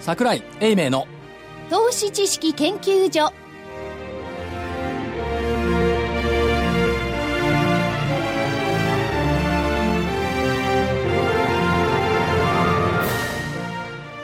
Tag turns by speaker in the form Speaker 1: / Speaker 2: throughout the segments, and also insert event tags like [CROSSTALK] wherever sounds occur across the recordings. Speaker 1: 桜井英明の
Speaker 2: 投資知識研究所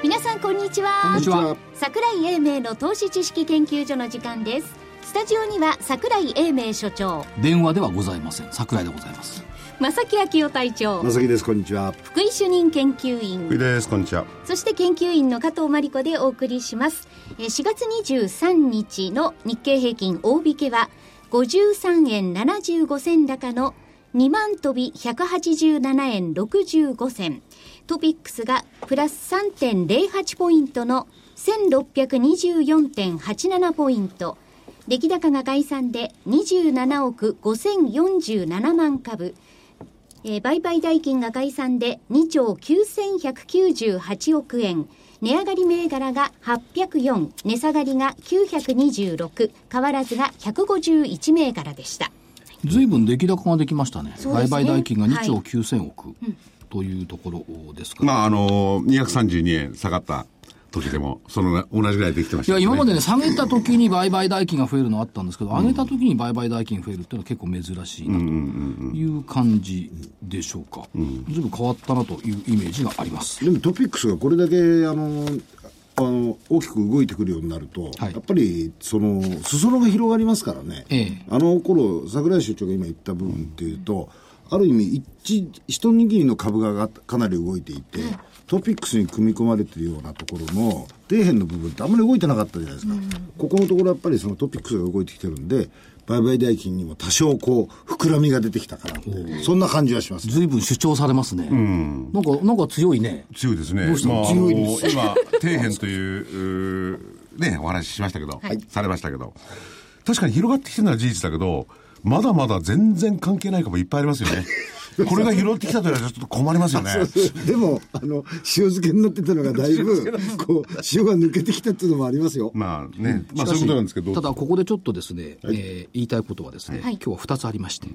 Speaker 2: 皆さんこんにちは
Speaker 1: こんにちは
Speaker 2: 桜井英明の投資知識研究所の時間ですスタジオには桜井英明所長
Speaker 1: 電話ではございません桜井でございます
Speaker 2: 正木昭夫隊長
Speaker 3: まさきですこんにちは
Speaker 2: 福井主任研究員
Speaker 4: 福井ですこんにちは
Speaker 2: そして研究員の加藤真理子でお送りします。えー4月23日の日経平均大引けは、53円75銭高の2万飛び187円65銭。トピックスがプラス3.08ポイントの1624.87ポイント。出来高が概算で27億5047万株。えー売買代金が概算で2兆9198億円。値上がり銘柄が804、値下がりが926、変わらずが151銘柄でした。
Speaker 1: 随分出来高ができましたね
Speaker 2: そうで
Speaker 1: 売
Speaker 2: すね
Speaker 1: 買代金が2兆
Speaker 2: はい
Speaker 1: 9000億、というところですから、
Speaker 4: まああのー、232円下がった時でもそのな同じぐらいできてまし
Speaker 1: い
Speaker 4: た
Speaker 1: や
Speaker 4: ね
Speaker 1: 今までね下げた時に売買代金が増えるのはあったんですけど、上げた時に売買代金増えるっていうのは結構珍しいなという感じでしょうか、随分変わったなというイメージがあります
Speaker 3: でもトピックスがこれだけあのあの大きく動いてくるようになると、
Speaker 1: はい
Speaker 3: やっぱりその裾野が広がりますからね、
Speaker 1: ええ
Speaker 3: あの頃桜井所長が今言った部分っていうと、ある意味一一握りの株ががかなり動いていて、トピックスに組み込まれてるようなところの底辺の部分ってあんまり動いてなかったじゃないですか、ここのところやっぱりそのトピックスが動いてきてるんで売買代金にも多少こう膨らみが出てきたかなってそんな感じはします
Speaker 1: 随分主張されますね、なんかなんか強いね
Speaker 4: 強いですね
Speaker 1: どうしたの
Speaker 4: まあ、
Speaker 1: 強い
Speaker 4: あのー今底辺といううーねお話ししましたけど、
Speaker 2: はい
Speaker 4: されましたけど確かに広がってきてるのは事実だけどまだまだ全然関係ない株いっぱいありますよねこれが拾ってきたというのはちょっと困ります
Speaker 3: [LAUGHS]
Speaker 4: よね
Speaker 3: でも、あの、塩漬けになってたのがだいぶ、こう、塩が抜けてきたっていうのもありますよ。
Speaker 4: まあね、まあそういうことなんですけど
Speaker 1: ただここでちょっとですね、えー言いたいことはですね、
Speaker 2: はい
Speaker 1: 今日は2つありまして、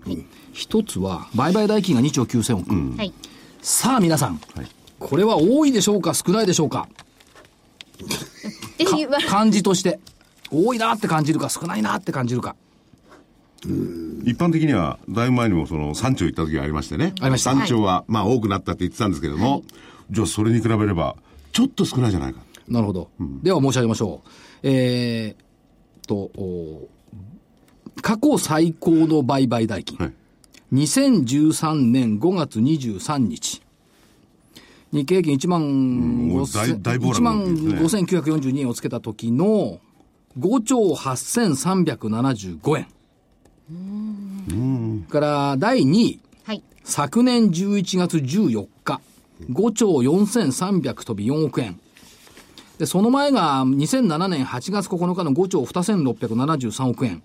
Speaker 1: 一1つは売買代金が2兆9000億、
Speaker 2: はい。
Speaker 1: さあ皆さん、これは多いでしょうか少ないでしょう
Speaker 2: [LAUGHS]
Speaker 1: か
Speaker 2: で、言わ
Speaker 1: か感じとして多いなって感じるか少ないなって感じるか
Speaker 4: 一般的には、だいぶ前にもその山頂行った時がありましてね。
Speaker 1: ありました
Speaker 4: 山頂は、まあ多くなったって言ってたんですけれども、じゃあそれに比べれば、ちょっと少ないじゃないか。
Speaker 1: なるほど、では申し上げましょうえー、とお過去最高の売買代金、
Speaker 4: はい。
Speaker 1: 2013年5月23日、日経平均1万
Speaker 4: もう大大暴落なんていうね
Speaker 1: 5942円をつけた時の5兆8375円。から第2位、
Speaker 2: はい。
Speaker 1: 昨年11月14日、5兆4300飛び4億円。で、その前が2007年8月9日の5兆2673億円。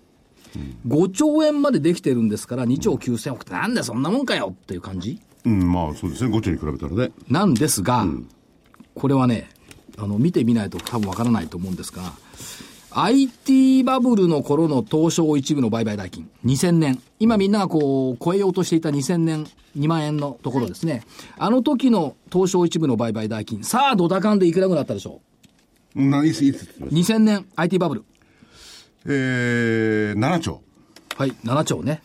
Speaker 1: 5兆円までできてるんですから、2兆9000億ってなんでそんなもんかよっていう感じ
Speaker 4: うん、まあそうですね。ゴチに比べたらね。
Speaker 1: なんですが、これはね、あの、見てみないと多分わからないと思うんですが、IT バブルの頃の東証一部の売買代金、2000年。今みんながこう、超えようとしていた2000年、2万円のところですね。あの時の東証一部の売買代金、さあ、ドタカンでいくらぐらいあったでしょ
Speaker 4: うんないつ、いつ、
Speaker 1: う ?2000 年、IT バブル。
Speaker 4: えー、7兆。
Speaker 1: はい、7兆ね。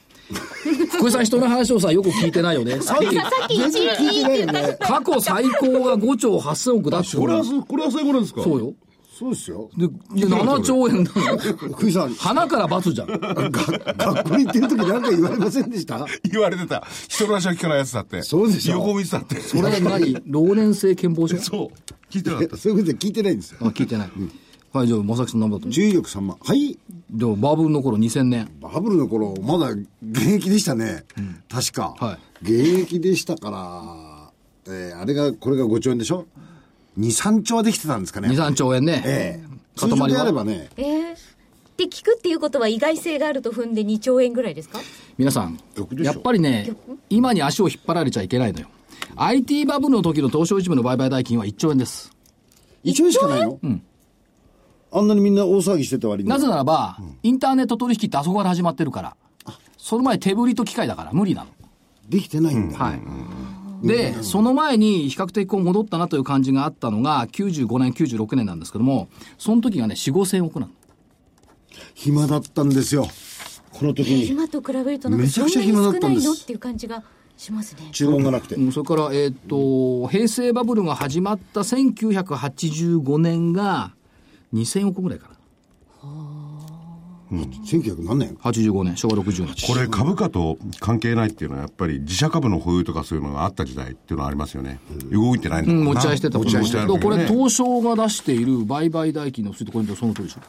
Speaker 1: 福井さん、人の話をさ、よく聞いてないよね。さっき、
Speaker 3: 全然聞いてないよね。
Speaker 1: 過去最高が5兆8000億だって。
Speaker 4: これは、これは最高なんですか
Speaker 1: そうよ。
Speaker 3: そうですよ。
Speaker 1: で、で7兆円だの。
Speaker 3: 福井さん、
Speaker 1: 花から罰じゃん。だ
Speaker 3: 学校に行ってる時なんか言われませんでした
Speaker 4: 言われてた。人の話は聞かないやつだって。
Speaker 3: そうでしょ
Speaker 4: 横道だって。そ
Speaker 1: これ何老年性健忘症
Speaker 4: そう。聞いてなかった。
Speaker 3: そういうことで聞いてないんですよ。
Speaker 1: あ、聞いてない。はい、じゃあ、まさきさん何番だと思う
Speaker 3: 重力3万。はい。
Speaker 1: でも、バブルの頃2000年。
Speaker 3: バブルの頃、まだ現役でしたね。確か、
Speaker 1: は
Speaker 3: 現役でしたから、えーあれが、これが5兆円でしょ ?2、3兆はできてたんですかね。
Speaker 1: 2、3兆円ね。
Speaker 3: ええ
Speaker 1: 塊
Speaker 3: 通
Speaker 1: は
Speaker 3: 常であればね、
Speaker 2: えー、って聞くっていうことは意外性があると踏んで2兆円ぐらいですか
Speaker 1: 皆さん
Speaker 3: 欲、でしょ
Speaker 1: やっぱりね、今に足を引っ張られちゃいけないのよ。IT バブルの時の東証一部の売買代金は1兆円です。
Speaker 3: 1兆円しかないのあんなにみんな大騒ぎしてた割に。
Speaker 1: なぜならば、インターネット取引ってあそこから始まってるから、その前手振りと機械だから無理なの。
Speaker 3: できてないんだ。
Speaker 1: はい。で、その前に比較的こう戻ったなという感じがあったのが、95年、96年なんですけども、その時がね、4、5千億なん
Speaker 3: 暇だったんですよ。この時に。
Speaker 5: 今と比べるとなんか
Speaker 3: めち
Speaker 5: そ
Speaker 3: ゃ
Speaker 5: んな
Speaker 3: く
Speaker 5: に
Speaker 3: ちゃ
Speaker 5: 少
Speaker 3: 暇だった
Speaker 5: なん
Speaker 3: で
Speaker 5: い
Speaker 3: す
Speaker 5: のっていう感じがしますね
Speaker 3: 注文がなくて。
Speaker 1: うん、それから、えーっと、平成バブルが始まった1985年が2000億ぐらいかな。
Speaker 3: 1900何年
Speaker 1: 85年、昭和60年。
Speaker 4: これ株価と関係ないっていうのはやっぱり自社株の保有とかそういうのがあった時代っていうのはありますよね。動いてないんだ
Speaker 1: う
Speaker 4: から
Speaker 1: ん、
Speaker 4: な
Speaker 1: 持ち合いしてた
Speaker 4: 持ち合いしてた
Speaker 1: だからこれ、
Speaker 4: ね
Speaker 1: 東証が出している売買代金の推定、これ、その通りでしょ。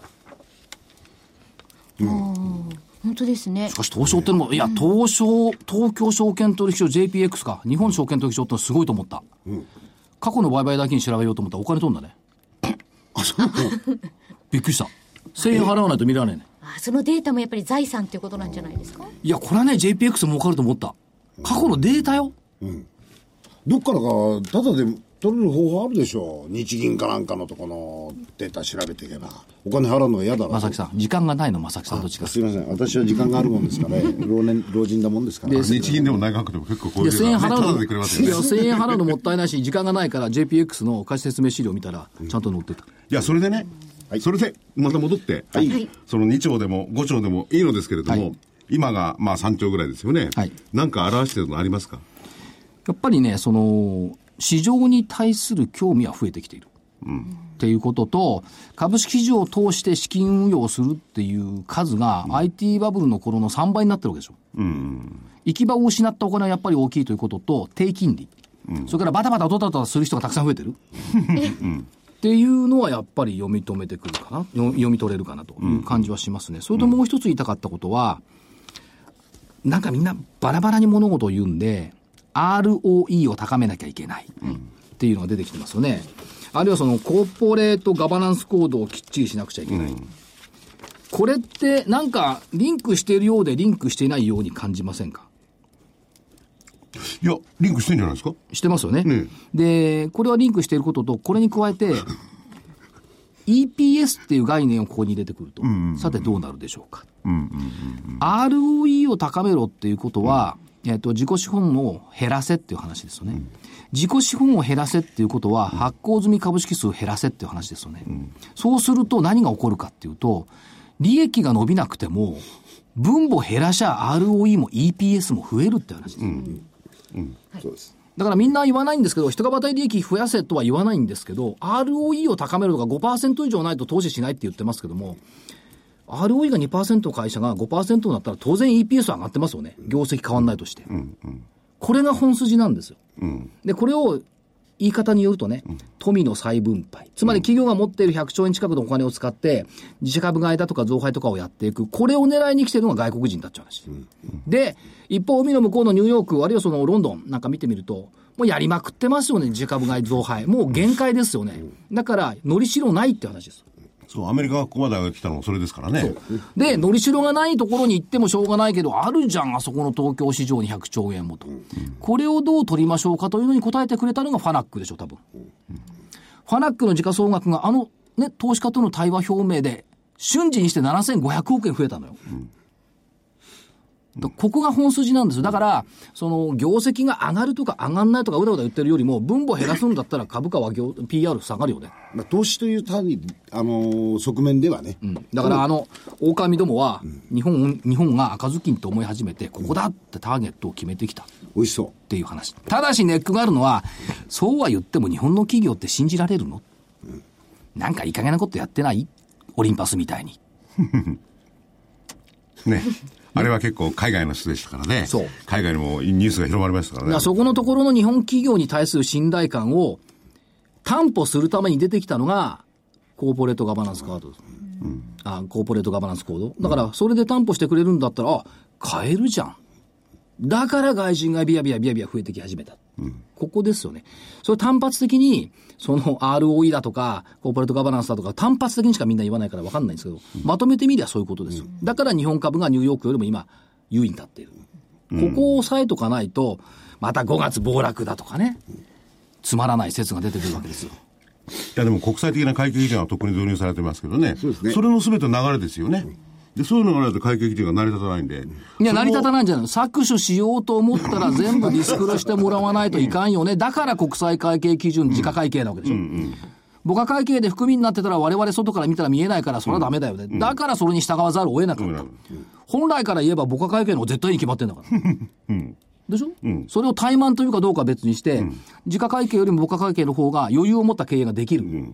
Speaker 5: 本当ですね
Speaker 1: しかし、東証ってのも、いや、東証、東京証券取引所 JPX か、日本証券取引所ってのはすごいと思った。過去の売買代金調べようと思ったらお金取んだね。びっくりした。1000円払わないと見られないね。
Speaker 5: あそのデータもやっぱり財産ということなんじゃないですか
Speaker 1: いや、これはね、JPX 儲かると思った。過去のデータよ。
Speaker 3: どっからか、ただで取れる方法あるでしょう。日銀かなんかのとこのデータ調べていけば。お金払うのが嫌だな。
Speaker 1: 正木さん。時間がないの、正木さんと違
Speaker 3: すいません。私は時間があるもんですから、ね、老年、老人だもんですから。
Speaker 4: 日銀でも長くても結構こ
Speaker 1: う。
Speaker 4: うい
Speaker 1: で、
Speaker 4: う
Speaker 1: 1000円
Speaker 4: のはね
Speaker 1: 払う
Speaker 4: タダ
Speaker 1: の、
Speaker 4: でくれます
Speaker 1: い
Speaker 4: よ
Speaker 1: や、
Speaker 4: ね。
Speaker 1: 1000円払うのもったいないし、時間がないから JPX の貸し説明資料見たら、ちゃんと載ってた。
Speaker 4: いや、それでね、それで、また戻って、
Speaker 5: い
Speaker 4: その2兆でも5兆でもいいのですけれども、
Speaker 1: はい
Speaker 4: 今がまあ3兆ぐらいですよね。
Speaker 1: はい
Speaker 4: なんか表してるのありますか
Speaker 1: やっぱりね、その、市場に対する興味は増えてきている。っていうことと、株式市場を通して資金運用をするっていう数が、IT バブルの頃の3倍になってるわけでしょ。行き場を失ったお金はやっぱり大きいということと、低金利。それからバタバタドタドタする人がたくさん増えてる。っていうのはやっぱり読み止めてくるかな、よ読み取れるかなという感じはしますね。それともう一つ言いたかったことは、なんかみんなバラバラに物事を言うんで、ROE を高めなきゃいけないっていうのが出てきてますよね。あるいはそのコーポレートガバナンスコードをきっちりしなくちゃいけない。これってなんかリンクしているようでリンクしていないように感じませんか
Speaker 4: いや、リンクしてんじゃないですか
Speaker 1: してますよね。
Speaker 4: うん
Speaker 1: で、これはリンクしていることと、これに加えて、EPS っていう概念をここに入れてくると、さてどうなるでしょうか。ROE を高めろっていうことは、えっと、自己資本を減らせっていう話ですよね。自己資本を減らせっていうことは、発行済み株式数を減らせっていう話ですよね。そうすると何が起こるかっていうと、利益が伸びなくても、分母減らしゃ ROE も EPS も増えるって話です。
Speaker 3: そうです。
Speaker 1: だからみんな言わないんですけど、人が働い利益増やせとは言わないんですけど、ROE を高めるとか5%以上ないと投資しないって言ってますけども、ROE が2%の会社が5%になったら当然 EPS は上がってますよね。業績変わんないとして。これが本筋なんですよ。で、これを言い方によるとね、富の再分配。つまり企業が持っている100兆円近くのお金を使って、自社株買いだとか増配とかをやっていく。これを狙いに来てるのが外国人だっちゃう話。で、一方海の向こうのニューヨーク、あるいはそのロンドンなんか見てみると、もうやりまくってますよね、自社株買い増配。もう限界ですよね。だから、のりしろないって話です。
Speaker 4: そう、アメリカがここまで上がってきたのもそれですからね。
Speaker 1: で、のりしろがないところに行ってもしょうがないけど、あるじゃん、あそこの東京市場に100兆円もと。これをどう取りましょうかというのに答えてくれたのがファナックでしょ、多分。ファナックの時価総額があの、ね、投資家との対話表明で、瞬時にして7500億円増えたのよ。とここが本筋なんですよ。だから、その、業績が上がるとか上がんないとかうだうだ言ってるよりも、分母減らすんだったら株価は業 PR 下がるよね。
Speaker 3: まあ、投資という単に、あのー側面ではね。
Speaker 1: だからあの、狼どもは、日本、日本が赤ずきんと思い始めて、ここだってターゲットを決めてきたっ
Speaker 3: 美味しそ
Speaker 1: ていう話。ただしネックがあるのは、そうは言っても日本の企業って信じられるのなんかいい加減なことやってないオリンパスみたいに。
Speaker 4: ね。あれは結構海外の人でしたからね。
Speaker 1: そう
Speaker 4: 海外にもニュースが広まりましたか
Speaker 1: だ
Speaker 4: ら
Speaker 1: か
Speaker 4: ね。
Speaker 1: らそこのところの日本企業に対する信頼感を担保するために出てきたのが、コーポレートガバナンスカードです。あ、コーポレートガバナンスコード。だから、それで担保してくれるんだったら、あ、買えるじゃん。だから外人がビヤビヤビヤビヤ増えてき始めた。ここですよね。それ単発的に、その ROE だとか、コーポレートガバナンスだとか、単発的にしかみんな言わないから分かんないんですけど、まとめてみりゃそういうことですよ。だから日本株がニューヨークよりも今、優位に立っている。ここを押さえとかないと、また5月暴落だとかね、つまらない説が出てくるわけですよ。
Speaker 4: いやでも国際的な階級議論はとっくに導入されてますけどね。そう
Speaker 3: ですね
Speaker 4: れの全ての流れですよね。で、そういうのがないと会計基準が成り立たないんで。
Speaker 1: いや、成り立たないんじゃないの搾取しようと思ったら全部ディスクロしてもらわないといかんよね。だから国際会計基準、自家会計なわけでしょ。母家会計で含みになってたら我々外から見たら見えないからそれはダメだよね。だからそれに従わざるを得なかった。本来から言えば母家会計の方が絶対に決まってんだ [LAUGHS] から。でしょ、それを怠慢というかどうかは別にして、自家会計よりも母家会計の方が余裕を持った経営ができる。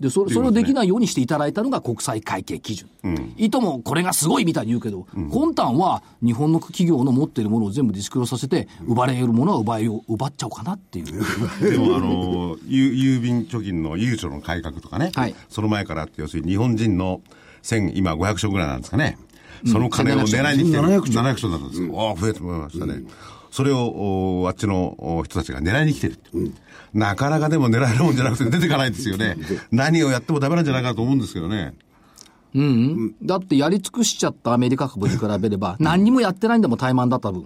Speaker 1: でそれそれをできないようにしていただいたのが国際会計基準、いともこれがすごいみたいに言うけど、魂胆は日本の企業の持っているものを全部ディスクロさせて、奪われるものは奪いよう奪っちゃおうかなっていう、
Speaker 4: [LAUGHS] でも、あの、ゆ郵便貯金のゆうちょの改革とかね、
Speaker 1: はい
Speaker 4: その前からあって、要するに日本人の1000、今500兆ぐらいなんですかね。その金を狙いに来てる。
Speaker 3: 1700兆
Speaker 4: 700兆だったんですよ。ああ、増えてもらいましたね。それを、おあっちのお人たちが狙いに来てるって、なかなかでも狙えるもんじゃなくて出てかないですよね。何をやってもダメなんじゃないかと思うんですけどね。
Speaker 1: だってやり尽くしちゃったアメリカ株に比べれば、何にもやってないんだもん、怠慢だった分。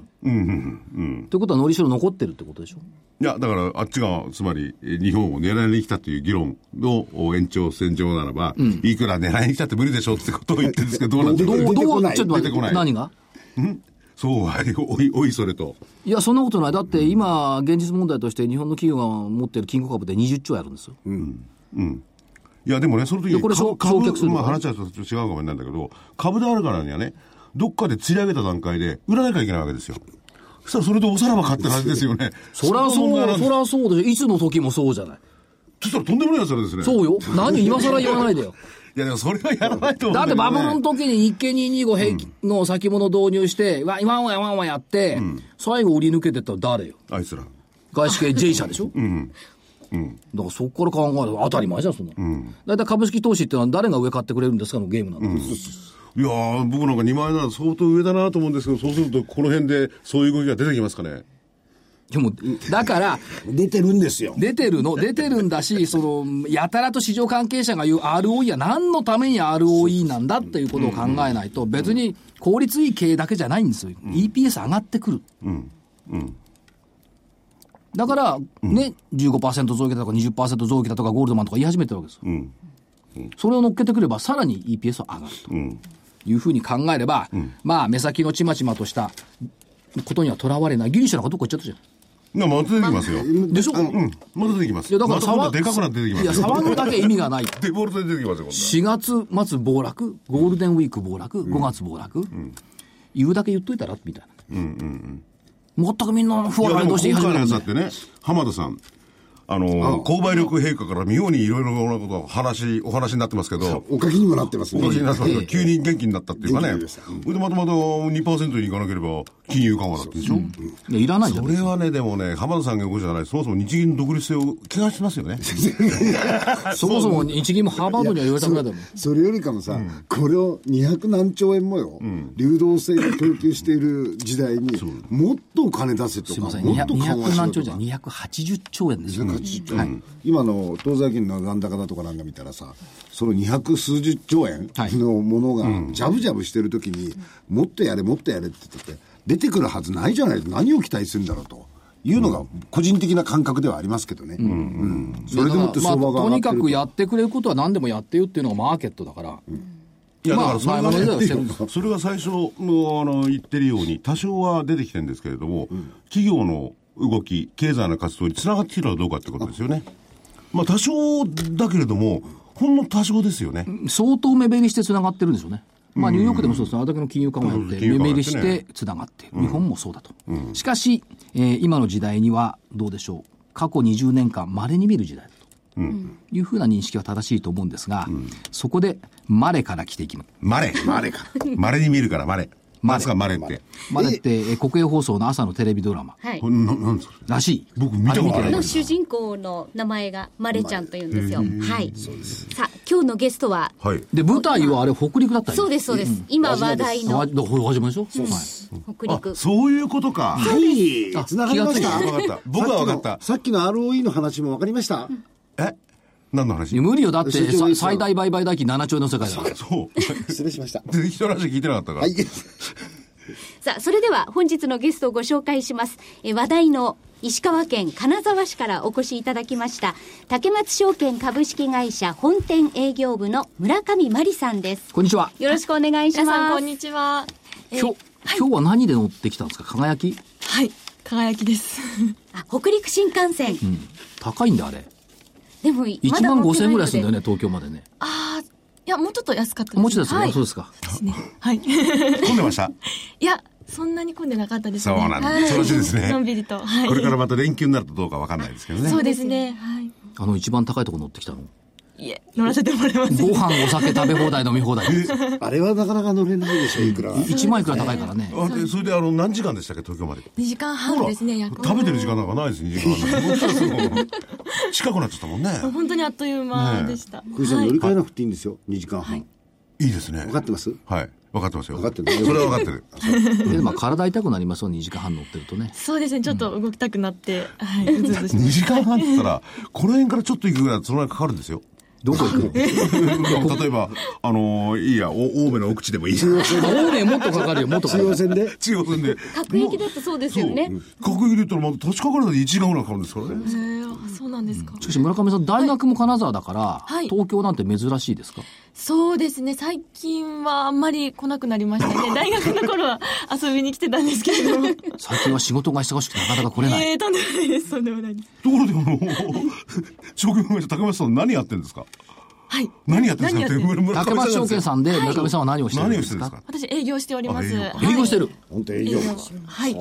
Speaker 1: ということは、のりしろ残ってるってことでしょ。
Speaker 4: いや、だから、あっちが、つまり、え日本を狙いに来たという議論のお延長線上ならば、いくら狙いに来たって無理でしょうってことを言ってるんですけど、どうなんでしょ
Speaker 1: ど
Speaker 4: う
Speaker 1: う
Speaker 3: 出
Speaker 1: ど
Speaker 3: てこ
Speaker 1: う
Speaker 3: ない
Speaker 1: ちょっと待
Speaker 4: 出
Speaker 1: って
Speaker 4: こな
Speaker 1: て、
Speaker 4: い
Speaker 1: 何が
Speaker 4: そうは、おい、おい、それと。
Speaker 1: いや、そんなことない。だって今、現実問題として、日本の企業が持ってる金庫株で20兆円あるんですよ。
Speaker 4: いや、でもね、その時
Speaker 1: いや
Speaker 4: に
Speaker 1: これ
Speaker 4: 株、
Speaker 1: 消消却するの
Speaker 4: まあ話はちょっと違うかもしれないんだけど、株であるからにはね、どっかで釣り上げた段階で売らなきゃいけないわけですよ。そしたらそれでおさらば買ってるはずですよね。
Speaker 1: そら
Speaker 4: こが問題
Speaker 1: そう、
Speaker 4: なんです
Speaker 1: そらそうでしょ。いつの時もそうじゃない。
Speaker 4: そしたらとんでもないやつあるんですね。
Speaker 1: そうよ。何今更言わないでよ。
Speaker 4: いや、でもそれはやらないと思う
Speaker 1: だっ
Speaker 4: ん
Speaker 1: て
Speaker 4: けどね
Speaker 1: バブルの時に日経225平均の先物導入して、わ、わんわんわんわんやって、最後売り抜けてったら誰よ。
Speaker 4: あいつら。
Speaker 1: 外資系 J 社でしょだからそこから考える当たり前じゃん、そんなの。だいたい株式投資ってのは誰が上買ってくれるんですかのゲームなんだから
Speaker 4: いやー、僕なんか2万円なら相当上だなと思うんですけど、そうするとこの辺でそういう動きが出てきますかね。
Speaker 1: でも、だから、
Speaker 3: 出てるんですよ。
Speaker 1: 出てるの、出てるんだ [LAUGHS] し、その、やたらと市場関係者が言う ROE は何のために ROE なんだっていうことを考えないと、別に効率いい経営だけじゃないんですよ。EPS 上がってくる。だから、ね、15%増益だとか20%増益だとかゴールドマンとか言い始めてるわけですよ。それを乗っけてくれば、さらに EPS は上がると。いうふうに考えれば、まあ、目先のちまちまとしたことにはとらわれない。ギリシャなんかどっか行っちゃったじゃん。
Speaker 4: いや、また出てきますよ。うん。
Speaker 1: でしょ
Speaker 4: また出てきます。
Speaker 1: いやだから
Speaker 4: また
Speaker 1: 騒
Speaker 4: またでかくなって出てき
Speaker 1: いや、
Speaker 4: ますよ。
Speaker 1: 騒ぐだけ意味がない。
Speaker 4: デフォルトで出てきますよ、こんな
Speaker 1: 4月末暴落、ゴールデンウィーク暴落、5月暴落、言うだけ言っといたらみたいな。全くみんな不
Speaker 4: い
Speaker 1: 安
Speaker 4: やで
Speaker 1: 感
Speaker 4: も
Speaker 1: 動して
Speaker 4: 今
Speaker 1: 言い始
Speaker 4: 回
Speaker 1: め
Speaker 4: の
Speaker 1: た
Speaker 4: や
Speaker 1: ん
Speaker 4: つ
Speaker 1: で
Speaker 4: だってね、浜田さん、あの購買力陛下から妙にいろいろなことを話、お話になってますけど、
Speaker 3: おかきにもなってます
Speaker 4: お
Speaker 3: ね。
Speaker 4: かしいなさん
Speaker 3: え
Speaker 4: が
Speaker 3: え
Speaker 4: 急に元気になったっていうかね
Speaker 3: 元気になりました、
Speaker 4: それでまたまた2%に行かなければ、金融緩和だってでしょ。
Speaker 1: いやいらないじゃ
Speaker 4: そ
Speaker 1: ん。
Speaker 4: れはね、でもね、浜田さんが動くじゃない、そもそも日銀の独立性を気がしますよね。
Speaker 1: そもそも日銀もハーバードには言われたくないだろう。
Speaker 3: そ [LAUGHS] れよりかもさ、これを200何兆円もよ、流動性を供給している時代に、もっとお金出せと
Speaker 1: す
Speaker 3: か、
Speaker 1: いません、
Speaker 3: もっと緩和
Speaker 1: 200
Speaker 3: しろ
Speaker 1: 何兆
Speaker 3: と
Speaker 1: じゃ
Speaker 3: か
Speaker 1: ん、。280兆円ですよ。はい
Speaker 3: 今の東西銀の残高だとかなんか見たらさ、その200数十兆円
Speaker 1: はい
Speaker 3: のものが、ジャブジャブしてるときに、もっとやれ、もっとやれって言ってて、出てくるはずないじゃない、何を期待するんだろうというのが、個人的な感覚ではありますけどね、うんそれでもって相場
Speaker 1: まあ
Speaker 3: が
Speaker 1: と
Speaker 3: 上がっ
Speaker 1: に
Speaker 3: て
Speaker 1: か
Speaker 3: る
Speaker 1: くやってくれることは何でもやってよっていうのがマーケットだから。
Speaker 4: いや、
Speaker 1: ま
Speaker 4: だ
Speaker 1: あ
Speaker 4: からそれが
Speaker 1: 前々ではしてるん
Speaker 4: ね
Speaker 1: です、
Speaker 4: それが最初のあの言ってるように、多少は出てきてるんですけれども、企業の動き、経済の活動につながってきてるかどうかってことですよね。まあ、多少だけれども、ほんの多少ですよね。
Speaker 1: 相当目減りしてつながってるんでしょうね。まあ、ニューヨークでもそうですね、あれだけの金融緩和やって、
Speaker 4: 金
Speaker 1: 目
Speaker 4: 融緩和
Speaker 1: 減
Speaker 4: や
Speaker 1: り
Speaker 4: って
Speaker 1: し
Speaker 4: ね
Speaker 1: てつながっている、日本もそうだと、しかし、えー今の時代にはどうでしょう、過去20年間、まれに見る時代だと、いうふうな認識は正しいと思うんですが、そこで、まれから来ていきます。
Speaker 4: ま [LAUGHS] れ。まれか。まれに見るから、まれ。まさかまれって。
Speaker 1: まれって、えー国営放送の朝のテレビドラマ
Speaker 5: はい
Speaker 4: こ。れななんですから
Speaker 1: しい。
Speaker 4: 僕見たこと
Speaker 5: あ
Speaker 4: ない
Speaker 5: の主人公の名前がマレちゃんというんですよ。はい。さあ、今日のゲストは、
Speaker 4: はい。
Speaker 1: で、舞台はあれ、北陸だったり
Speaker 5: そうです、そうです。今話題の
Speaker 1: わだほら始まりでしょ、はい
Speaker 5: 北
Speaker 4: あ
Speaker 5: 陸、。
Speaker 4: そういうことか。
Speaker 3: はい、つながりました。
Speaker 4: あ気がついた僕は分かった
Speaker 3: さっきのさっきの ROE の話も分かりました。
Speaker 4: え何の
Speaker 1: いや
Speaker 4: 話
Speaker 1: 無理よ、だって
Speaker 3: 社長
Speaker 1: さ
Speaker 3: ですよ
Speaker 1: 最大売買代金7兆円の世界だから。
Speaker 4: そう。 [LAUGHS]
Speaker 3: 失礼しました。
Speaker 4: で人の話聞いてなかったから。
Speaker 3: はい。
Speaker 5: さあ、それでは本日のゲストをご紹介します。え話題の石川県金沢市からお越しいただきました、竹松証券株式会社本店営業部の村上真理さんです。
Speaker 1: こんにちは。
Speaker 5: よろしくお願いし
Speaker 6: 皆さん
Speaker 5: ま
Speaker 6: こ
Speaker 5: す
Speaker 6: ん。にちは。えー
Speaker 1: 今日、今日は何で乗ってきたんですか輝き
Speaker 6: はい、輝きです。
Speaker 5: あ北陸新幹線。
Speaker 1: 高いんだ、あれ。
Speaker 5: でも、ま
Speaker 1: 1
Speaker 5: だ
Speaker 1: 万5千円ぐ
Speaker 5: 乗
Speaker 1: らい
Speaker 5: っ
Speaker 1: す
Speaker 5: て
Speaker 1: るん
Speaker 5: なので
Speaker 1: だよね、東京までね。
Speaker 6: ああ、いや、もうちょっと安かったです、
Speaker 1: もうちろんです
Speaker 6: は
Speaker 1: ね。
Speaker 6: い、
Speaker 1: そうですか。
Speaker 6: ですね。はい。
Speaker 4: 混んでました。
Speaker 6: [LAUGHS] いや、そんなに混んでなかったです
Speaker 4: そう
Speaker 6: ね。
Speaker 4: なん
Speaker 6: はい
Speaker 4: です。恐ろしいですね。
Speaker 6: のんびりと。はい。
Speaker 4: これからまた連休になるとどうかわかんないですけどね。
Speaker 6: そうですね。はい。
Speaker 1: あの、一番高いとこ乗ってきたの。
Speaker 6: いえ、乗らせてもらいます。
Speaker 1: ご飯、お酒食べ放題、飲み放題。
Speaker 3: [LAUGHS] あれはなかなか乗れないでしょ、いくら。
Speaker 1: 1万いくら高いからね。
Speaker 4: あでそれであの何時間でしたっけ東京まで
Speaker 6: 2時間半ですね、約。
Speaker 4: 食べてる時間なんかないです2時間半近くなっちゃったもんね
Speaker 6: 本当にあっという間でした。
Speaker 3: 福井さん乗り換えなくていいんですよ、2時間半。
Speaker 4: いいですね
Speaker 3: 分かってます
Speaker 4: はい分かってますよ
Speaker 3: 分かってる
Speaker 4: それは分かっ
Speaker 3: [LAUGHS]
Speaker 4: てる
Speaker 1: でまあ体痛くなりますよ、2時間半乗ってるとね。
Speaker 6: そうですね、ちょっと動きたくなって、はい、うずうずして
Speaker 4: 2時間半って言ったらこの辺からちょっと行くぐらいそのぐらいかかる
Speaker 3: [LAUGHS]
Speaker 4: んですよ
Speaker 1: どこ行くの
Speaker 4: 例えばあのーいいやお青梅の奥地でもいい中
Speaker 3: [LAUGHS]
Speaker 1: 青梅もっとかかるよ、もっとかか
Speaker 3: 中央
Speaker 1: る。
Speaker 3: 線で
Speaker 4: 央線で
Speaker 5: 各駅だとそうですよね。
Speaker 4: 国益で言ったらまだ立ちかかるのに1時間ぐらいかかるんですからね
Speaker 6: えー、あそうなんですか。
Speaker 1: しかし村上さん、大学も金沢だから、
Speaker 6: はい
Speaker 1: 東京なんて珍しいですか
Speaker 6: そうですね、最近はあんまり来なくなりましたね。大学の頃は遊びに来てたんですけれども。
Speaker 1: 最近は仕事が忙しくてなかなか来れない。
Speaker 6: ええー、とんでもないです、とんでもないです。
Speaker 4: ところであの [LAUGHS] 証券会社高松さん何やってんですか
Speaker 6: はい。
Speaker 4: 何やってんですか
Speaker 6: 何やってん
Speaker 4: 村村
Speaker 1: 高松
Speaker 4: 上さんな
Speaker 1: 証
Speaker 4: んですよ
Speaker 1: 券さんで村上さんは何をしてるん
Speaker 4: 何を
Speaker 1: で
Speaker 4: して
Speaker 1: す
Speaker 4: るんです
Speaker 1: か
Speaker 4: か
Speaker 6: 私営業しております。
Speaker 4: あ営業か
Speaker 1: 営業して
Speaker 6: る。
Speaker 1: る。
Speaker 3: 本当営
Speaker 6: 営
Speaker 3: 業
Speaker 6: 業
Speaker 3: マン。
Speaker 6: はい。
Speaker 1: あ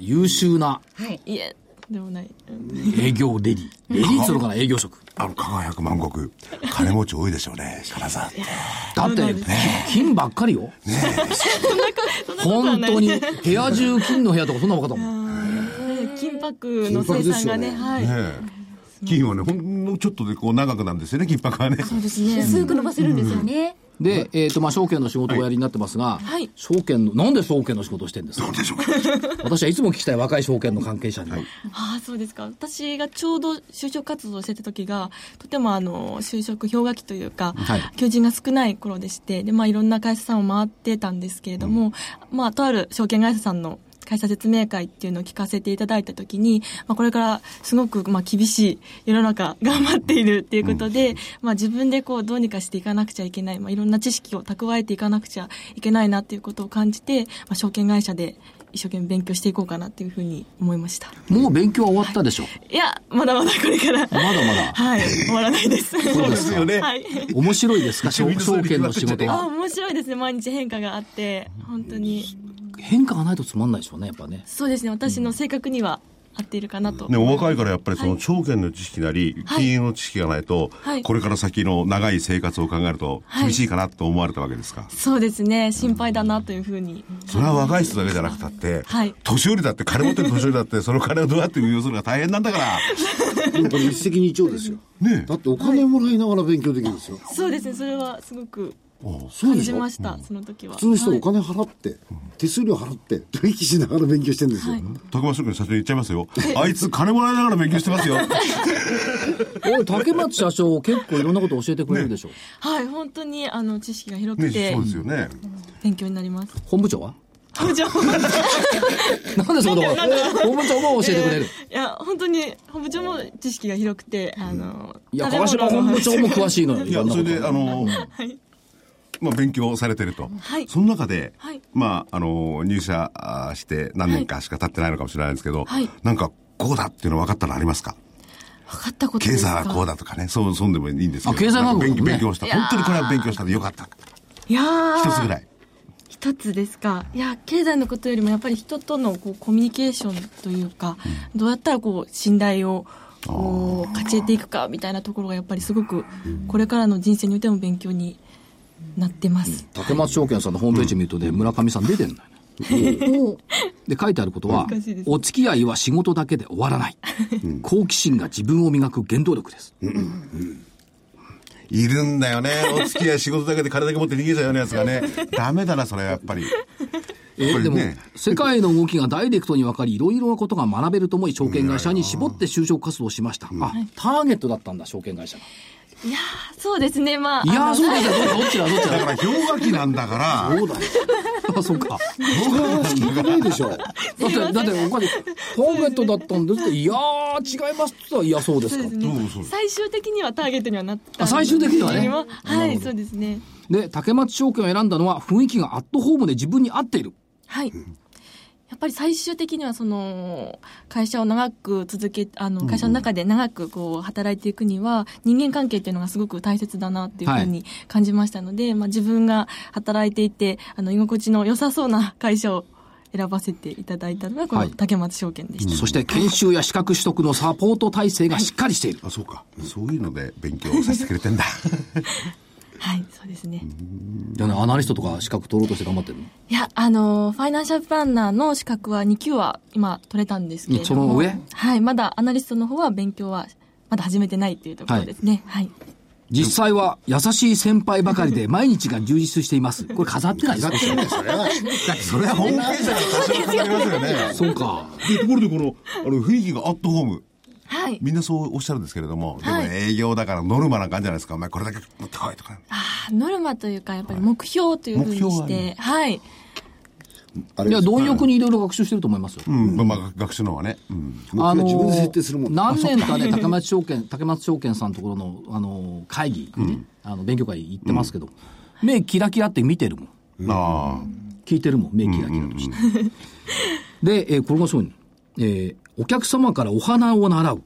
Speaker 1: 優秀な
Speaker 5: はい。
Speaker 6: いえ、とんでもない。うん
Speaker 1: 営業レディ。レディーっつうのかな、営業職。
Speaker 4: あの、輝く万国、金持ち多いでしょうね、金沢って。
Speaker 1: だって、金ばっかりよ。本当に、部屋中金の部屋とかそんなの分かったもん。
Speaker 6: 金箔の生産がね、はい。
Speaker 4: ええ金はね、ほんのちょっとでこう長くなるんですよね、金箔はね。
Speaker 6: そうですね。
Speaker 5: 薄く伸ばせるんですよね。
Speaker 1: で、えっ、と、まあ、証券の仕事をおやりになってますが、
Speaker 6: はい
Speaker 1: 証券の、なんで証券の仕事をしてるん
Speaker 6: [LAUGHS]
Speaker 1: ですか
Speaker 4: でしょう
Speaker 1: 私はいつも聞きたい若い証券の関係者には。
Speaker 6: [LAUGHS] ああ、そうですか。私がちょうど就職活動をしてた時が、とてもあの、就職氷河期というか、
Speaker 1: はい
Speaker 6: 求人が少ない頃でして、で、まあいろんな会社さんを回ってたんですけれども、まあとある証券会社さんの会社説明会っていうのを聞かせていただいたときに、まあこれからすごくまあ厳しい世の中頑張っているっていうことで、まあ自分でこうどうにかしていかなくちゃいけない、まあいろんな知識を蓄えていかなくちゃいけないなっていうことを感じて、まあ証券会社で一生懸命勉強していこうかなっていうふうに思いました。
Speaker 1: もう勉強は終わったでしょ。
Speaker 6: いや、まだまだこれから。
Speaker 1: まだまだ
Speaker 6: はい、終わらないです。
Speaker 1: そうですか
Speaker 6: はい。
Speaker 1: 面白いです [LAUGHS] か証
Speaker 4: 趣味の
Speaker 1: 証券の仕事
Speaker 6: あ、
Speaker 1: は。
Speaker 6: 面白いですね。毎日変化があって、本当に。
Speaker 1: 変化がないとつまんないでしょうね、やっぱね。
Speaker 6: そうですね。私の性格には合っているかなと。
Speaker 4: ね、お若いからやっぱりその証券の知識なり、
Speaker 6: はい
Speaker 4: 金融の知識がないと、
Speaker 6: はい
Speaker 4: これから先の長い生活を考えると
Speaker 6: はい
Speaker 4: 厳しいかなと思われたわけですか、
Speaker 6: そうですね。心配だなというふうに。
Speaker 4: それは若い人だけじゃなくたって、
Speaker 6: はい
Speaker 4: 年寄りだって金持ってる年寄りだ
Speaker 6: [LAUGHS]
Speaker 4: ってその金をどうやって運用するのが大変なんだから
Speaker 3: でもこれ一石二鳥ですよ。
Speaker 4: ね
Speaker 3: だってお金もらいながら勉強できるんですよ。
Speaker 6: そうですね。それはすごく
Speaker 3: そう
Speaker 6: 感
Speaker 3: でし
Speaker 6: じ
Speaker 3: ょ
Speaker 6: ました。その時は。
Speaker 3: 普通の人
Speaker 6: は
Speaker 3: お
Speaker 6: い
Speaker 3: 金払って、手数料払って、取引しながら勉強してるんですよ。
Speaker 4: 高松証券社長に言っちゃいますよあいつ金もらいながら勉強してます
Speaker 6: [LAUGHS]
Speaker 4: よ
Speaker 1: おい、竹松社長結構いろんなこと教えてくれるでしょ。
Speaker 6: はい、本当にあの知識が広
Speaker 4: ね
Speaker 6: く
Speaker 4: そ
Speaker 6: て
Speaker 4: うですよね、
Speaker 6: 勉強になります。
Speaker 1: 本部長は
Speaker 6: 登場。
Speaker 1: なんでそんなこと本部長も教えてくれる。
Speaker 6: いや、本当に本部長も知識が広くて、あの、
Speaker 1: いや、
Speaker 6: 食べ
Speaker 1: 川島
Speaker 6: 物
Speaker 1: 本部長も詳しいのよ。
Speaker 4: い
Speaker 1: い
Speaker 4: や
Speaker 1: ろんな
Speaker 4: そ
Speaker 1: こ
Speaker 4: れ
Speaker 1: と
Speaker 4: であの
Speaker 6: はい。
Speaker 4: まあ、勉強されてると、
Speaker 6: はい
Speaker 4: その中で、
Speaker 6: はい
Speaker 4: まあ、あの入社あーして何年かしか経ってないのかもしれないんですけど、
Speaker 6: はい
Speaker 4: なんかこうだっていうの分かったのありますか
Speaker 6: 分かったこと
Speaker 4: 経
Speaker 6: です
Speaker 4: 済
Speaker 6: か
Speaker 4: はこうだとかねそうそうでもいいんですけど
Speaker 1: あ経済学部
Speaker 4: なんか勉強
Speaker 1: ね
Speaker 4: 勉強した本当にこれは勉強したでよかった
Speaker 6: いやー
Speaker 4: 一つぐらい
Speaker 6: 一つですかいや経済のことよりもやっぱり人とのこうコミュニケーションというか、どうやったらこう信頼をこう勝ち得ていくかみたいなところがやっぱりすごくこれからの人生においても勉強になってます、
Speaker 1: 竹松証券さんのホームページ見るとね、村上さん出てんのよね。で書いてあることは
Speaker 6: 難しいです、
Speaker 1: お付き合いは仕事だけで終わらない。好奇心が自分を磨く原動力です。
Speaker 4: いるんだよねお付き合い仕事だけで金だけ持って逃げちゃうようなやつがねダメだなそれはやっぱり
Speaker 1: え
Speaker 4: これ
Speaker 1: でも
Speaker 4: ね、
Speaker 1: 世界の動きがダイレクトに分かり、いろいろなことが学べると思い、証券会社に絞って就職活動をしました。あ、ターゲットだったんだ、証券会社が。
Speaker 6: いやーそうですね、まあ。
Speaker 1: いやー、
Speaker 6: あの
Speaker 1: そうだよ。どっちだ、どっち
Speaker 4: だか
Speaker 1: だ。
Speaker 4: ら氷河期なんだから、
Speaker 3: そうだよ。
Speaker 1: あ、そうか。
Speaker 3: 僕は聞いてないでしょ。
Speaker 1: だって、だって、お金、ターゲットだったんですって、いやー、違いますって言ったら、いや、そうで
Speaker 6: そう
Speaker 1: す
Speaker 6: で
Speaker 1: か
Speaker 6: す。
Speaker 4: そう
Speaker 6: ね
Speaker 4: そう。
Speaker 6: 最終的にはターゲットにはなった。
Speaker 1: あ最終的にはね
Speaker 6: は
Speaker 1: なる
Speaker 6: い、
Speaker 1: ほど
Speaker 6: そうですね。
Speaker 1: で、竹松証券を選んだのは、雰囲気がアットホームで自分に合っている。
Speaker 6: はい。やっぱり最終的にはその会社を長く続けあの会社の中で長くこう働いていくには人間関係っていうのがすごく大切だなっていうふうに感じましたので、まあ、自分が働いていてあの居心地の良さそうな会社を選ばせていただいたのがこ
Speaker 1: は
Speaker 6: の
Speaker 1: い
Speaker 6: 竹松証券でした、
Speaker 1: そして、研修や資格取得のサポート体制がしっかりしている。
Speaker 4: あ、そうか。そういうので勉強させてくれてんだ。
Speaker 6: はいそうですね
Speaker 1: でね、アナリストとか資格取ろうとして頑張ってるの
Speaker 6: いやあのファイナンシャルプランナーの資格は2級は今取れたんですけれども
Speaker 1: その上
Speaker 6: はいまだアナリストの方は勉強はまだ始めてないっていうところですねはい
Speaker 1: 実際は優しい先輩ばかりで毎日が充実しています。これ飾ってないですか
Speaker 3: それは
Speaker 4: それはホームページだから多少かかりますよね。
Speaker 1: そうか。
Speaker 4: で、ところでこの、あの、雰囲気がアットホーム。
Speaker 6: はい
Speaker 4: みんなそうおっしゃるんですけれども、でも
Speaker 6: はい
Speaker 4: 営業だからノルマな感じじゃないですか。お前これだけ持ってこいとか。
Speaker 6: あノルマというかやっぱり目標というふうに
Speaker 4: 目標は
Speaker 6: し
Speaker 4: ね
Speaker 6: てはい
Speaker 3: あれ
Speaker 1: いや、
Speaker 3: です
Speaker 1: 貪欲にいろいろ学習してると思いますよ。
Speaker 4: うん。まあ、まあ学習の方はね。うん。
Speaker 1: あ
Speaker 3: 僕は自分で設定するもん。
Speaker 1: 何年かね、竹松証券、 [LAUGHS] 竹松証券さんのところの、あの、会議、ねあの、勉強会行ってますけど、目キラキラって見てるもん。
Speaker 4: ああ。
Speaker 1: 聞いてるもん、目キラキラとして。で、えーこれがそうに、えーお客様からお花を習う。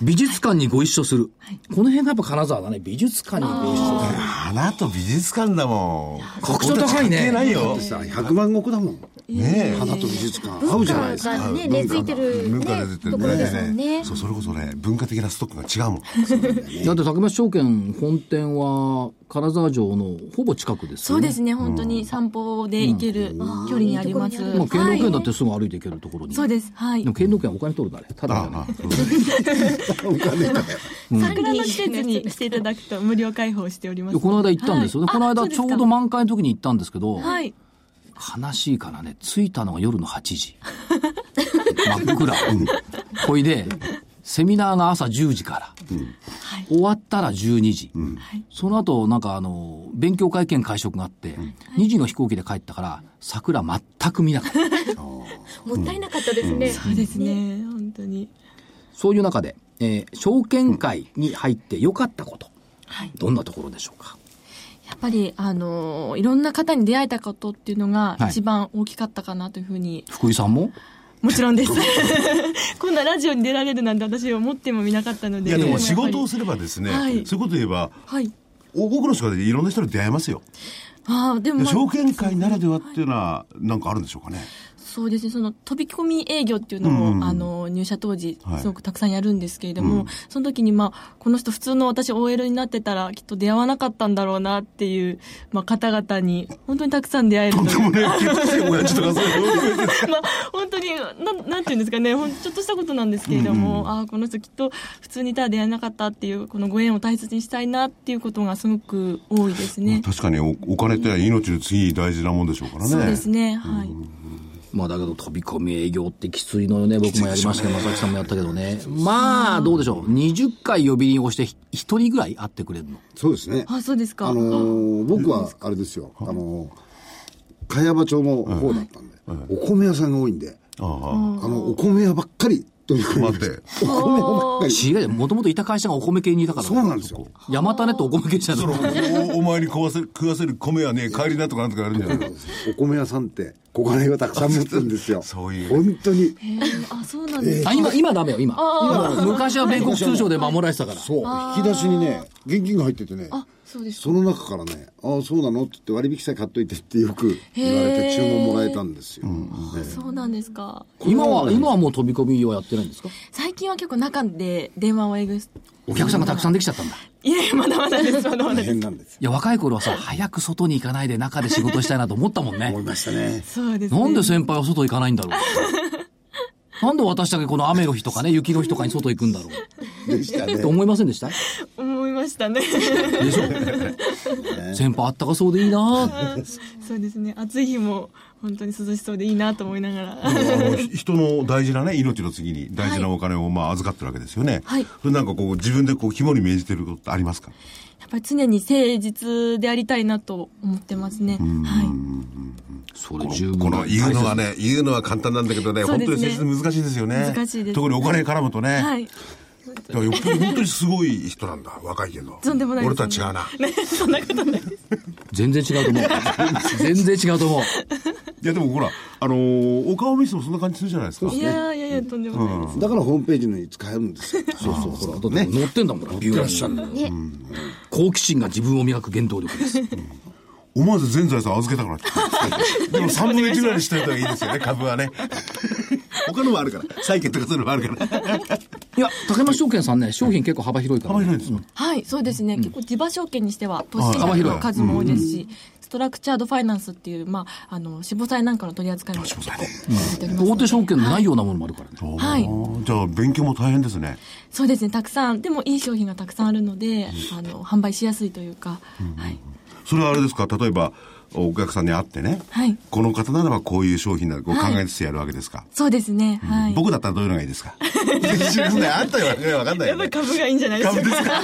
Speaker 1: 美術館にご一緒する。この辺がやっぱ金沢だね。美術館にご一緒する。
Speaker 4: 花と美術館だもん。
Speaker 1: 格調高いね
Speaker 4: 関係ない
Speaker 3: だっ
Speaker 4: よ
Speaker 3: て。さ、100万石だもん。
Speaker 4: ねえ。
Speaker 3: 花と美術館。合うじゃないですか。
Speaker 2: がね、根付いてる、
Speaker 4: 文
Speaker 2: ね
Speaker 4: 化で出て、
Speaker 2: ところですもんね。
Speaker 4: そう、それこそね、文化的なストックが違うもん。
Speaker 1: だって竹松証券本店は金沢城のほぼ近くです
Speaker 6: そ
Speaker 1: よ
Speaker 6: う
Speaker 1: ね。
Speaker 6: ですね本当に散歩で行ける距離にあります、
Speaker 2: うん
Speaker 1: まあ、
Speaker 6: は
Speaker 1: 兼
Speaker 6: い
Speaker 1: 道圏だってすぐ歩いていけるところに。
Speaker 6: そうですはい
Speaker 1: でも兼道圏はお金取るんだね。ただじゃ
Speaker 4: あ
Speaker 1: な
Speaker 4: あ
Speaker 1: い。、
Speaker 4: そうですね
Speaker 6: 桜の季節にしていただくと無料開放しておりま
Speaker 1: いや
Speaker 6: す
Speaker 1: この間行ったんですよね。
Speaker 6: はい
Speaker 1: この
Speaker 6: あ
Speaker 1: 間
Speaker 6: そうで
Speaker 1: ち
Speaker 6: す
Speaker 1: ょ
Speaker 6: か
Speaker 1: うど満開の時に行ったんですけど、
Speaker 6: はい
Speaker 1: 悲しいからね、着いたのが夜の8時。
Speaker 6: [LAUGHS]
Speaker 1: 真っ暗。ほいで、セミナーが朝10時から。
Speaker 6: はい
Speaker 1: 終わったら12時。
Speaker 6: はい
Speaker 1: その後、なんかあの、勉強会見会食があって、2時の飛行機で帰ったから、桜全く見なか
Speaker 6: [LAUGHS]
Speaker 1: った。
Speaker 2: もったいなかったですね。
Speaker 6: そうですね本当に
Speaker 1: そういう中で、えー証券会に入って良かったこと。どんなところでしょうか。
Speaker 6: やっぱりあのいろんな方に出会えたことっていうのが
Speaker 1: はい
Speaker 6: 一番大きかったかなというふうに、
Speaker 1: 福井さんも
Speaker 6: もちろん
Speaker 1: [LAUGHS]
Speaker 6: ですこんなラジオに出られるなんて私思ってもみなかったの
Speaker 4: い
Speaker 6: で
Speaker 4: や、でも仕事を
Speaker 6: る
Speaker 4: すればですね、
Speaker 6: はい
Speaker 4: そういうこと言えば、
Speaker 6: はい
Speaker 4: 大心しかでいろんな人に出会えますよ。
Speaker 6: ああでも、まあ
Speaker 4: 証券会ならではっていうのは、なんかあるんでしょうかね。
Speaker 6: そうですね、その飛び込み営業っていうの
Speaker 4: う
Speaker 6: も、
Speaker 4: んうん
Speaker 6: あの入社当時
Speaker 4: はい、
Speaker 6: すごくたくさんやるんですけれども、その時に、まあ、この人、普通の私、OL になってたら、きっと出会わなかったんだろうなっていう、まあ、方々に、本当にたくさん出会えると
Speaker 4: [LAUGHS]
Speaker 6: いう
Speaker 4: でもね、結婚してもやっちょっとかそういう
Speaker 6: まあ、本当になん、なんていうんですかね、ほんちょっとしたことなんですけれども、ああ、この人、きっと普通にいたら出会えなかったっていう、このご縁を大切にしたいなっていうことがすごく多いですね。
Speaker 4: 確かにおお金って命の次に大事なもんでしょうからね。
Speaker 6: そうですね、はい。
Speaker 1: まあだけど飛び込み営業ってきついのよね。僕もやりましたけど、正木さんもやったけどね。まあ、どうでしょう。20回呼び鈴をしてひ一人ぐらい会ってくれるの。
Speaker 3: そうですね。
Speaker 6: あそうですか。
Speaker 3: あのー僕はあれですよ。あのー、茅場町の方だったんで、お米屋さんが多いんで、
Speaker 4: ああ、
Speaker 3: あの、お米屋ばっかり飛び込みまし
Speaker 4: 待って
Speaker 3: た。お米屋ばっかり。
Speaker 1: 違うよ。もともといた会社がお米系にいたから、
Speaker 3: そうなんですよ。
Speaker 1: 山種とお米系じゃな
Speaker 4: その
Speaker 1: い。
Speaker 4: おお [LAUGHS] 前に食わせる食わせる米はね帰りなとかなんとかあるんじゃ
Speaker 6: [LAUGHS]
Speaker 4: ない
Speaker 3: お米屋さんって小金がたくさん持つんですよ。
Speaker 4: そういう
Speaker 3: 本当に。
Speaker 6: えーあ、そうなんですか。
Speaker 1: あ、今、今ダメよ、今。
Speaker 6: あ
Speaker 1: 今昔は米国通商で守られてたから。
Speaker 3: そう。引き出しにね、現金が入っててね。
Speaker 6: あ、そうですか
Speaker 3: その中からね、ああ、そうなのって言って割引さえ買っといてってよく言われて注文もらえたんですよ。ね
Speaker 6: そうなんですか。
Speaker 1: 今は、今はもう飛び込みはやってないんですか
Speaker 6: 最近は結構中で電話をえぐす。
Speaker 1: お客さんがたくさんできちゃったんだ。
Speaker 6: いやいや、まだまだです、まだまだ
Speaker 3: 大
Speaker 6: で
Speaker 3: 変
Speaker 6: す。
Speaker 3: なんです。
Speaker 1: いや、若い頃はさ、早く外に行かないで中で仕事したいなと思ったもんね
Speaker 3: 思。いましたね。
Speaker 6: そうです、ね。
Speaker 1: なんで先輩は外行かないんだろ [LAUGHS] う。なんで私だけこの雨の日とかね、雪の日とかに外行くんだろう。
Speaker 3: でしたね
Speaker 1: って。思いませんでした
Speaker 6: 思いましした
Speaker 1: [LAUGHS]
Speaker 6: ね。
Speaker 1: でしょ先輩あったかそうでいいな
Speaker 6: そうですね。暑い日も本当に涼しそうでいいなと思いながら。
Speaker 4: あのひ人の大事なね、命の次に大事なお金をまあ預かってるわけですよね。
Speaker 5: はい
Speaker 4: それなんかこう、自分でこう、肝に銘じてることってありますか
Speaker 6: やっぱり常に誠実でありたいなと思ってますね。は
Speaker 1: それ十分
Speaker 4: この言うのはね、言うのは簡単なんだけどね、
Speaker 6: そう
Speaker 4: 本
Speaker 6: です
Speaker 4: 当
Speaker 6: ね
Speaker 4: に説明難しいですよね。
Speaker 6: 難しいです
Speaker 4: 特にお金絡むとね。
Speaker 6: い。はい。 [LAUGHS]
Speaker 4: だからよっぽど本当にすごい人なんだ。若いけど。
Speaker 6: とんでもないで
Speaker 4: 俺
Speaker 6: す
Speaker 4: とは違うな。
Speaker 6: [LAUGHS]
Speaker 1: 全然違うと思う全然違うと思う
Speaker 4: いやでもほら、あのーお顔見せもそんな感じするじゃないですか。
Speaker 6: いやーいやいや、とんでもないです。
Speaker 3: だからホームページのに使えるんですよ。そうそう
Speaker 1: ほらだ
Speaker 3: そう。
Speaker 1: って
Speaker 3: ね。
Speaker 1: 乗ってんだもん乗ってらっしゃる好奇心が自分を磨く原動力です
Speaker 4: 思わず全財産預けたくなっちゃう [LAUGHS] でも3分の1ぐらいにしておいたらいいですよ [LAUGHS] ね、株はね。他のもあるから。債券とかそういうのもあるから。
Speaker 1: いや竹山証券さんね商品結構幅広いから、
Speaker 4: 幅
Speaker 1: ね、
Speaker 4: 広いですよ。
Speaker 6: はい、そうですね。結構地場証券にしては投資
Speaker 1: 幅
Speaker 6: 者
Speaker 1: 広い
Speaker 6: の数も多いですし、ストラクチャードファイナンスっていう、まあ、あの、死亡債なんかの取り扱いもされております
Speaker 1: 大手証券のないようなものもある [LAUGHS] からね、
Speaker 6: はい
Speaker 4: おーじゃあ勉強も大変ですね。
Speaker 6: そうですね、たくさん、でもいい商品がたくさんあるので、あの、販売しやすいというか、はい。
Speaker 4: それはあれですか、例えば、お客さんに会ってね、
Speaker 6: はい
Speaker 4: この方ならばこういう商品ならこう考えつつやるわけですか。
Speaker 6: そうですね、はい。
Speaker 4: 僕だったらどういうのがいい [LAUGHS] ですか知らない。あんたよ、わかんない
Speaker 6: や
Speaker 4: よね
Speaker 6: っぱり。株がいいんじゃないですか。
Speaker 4: [LAUGHS] なんか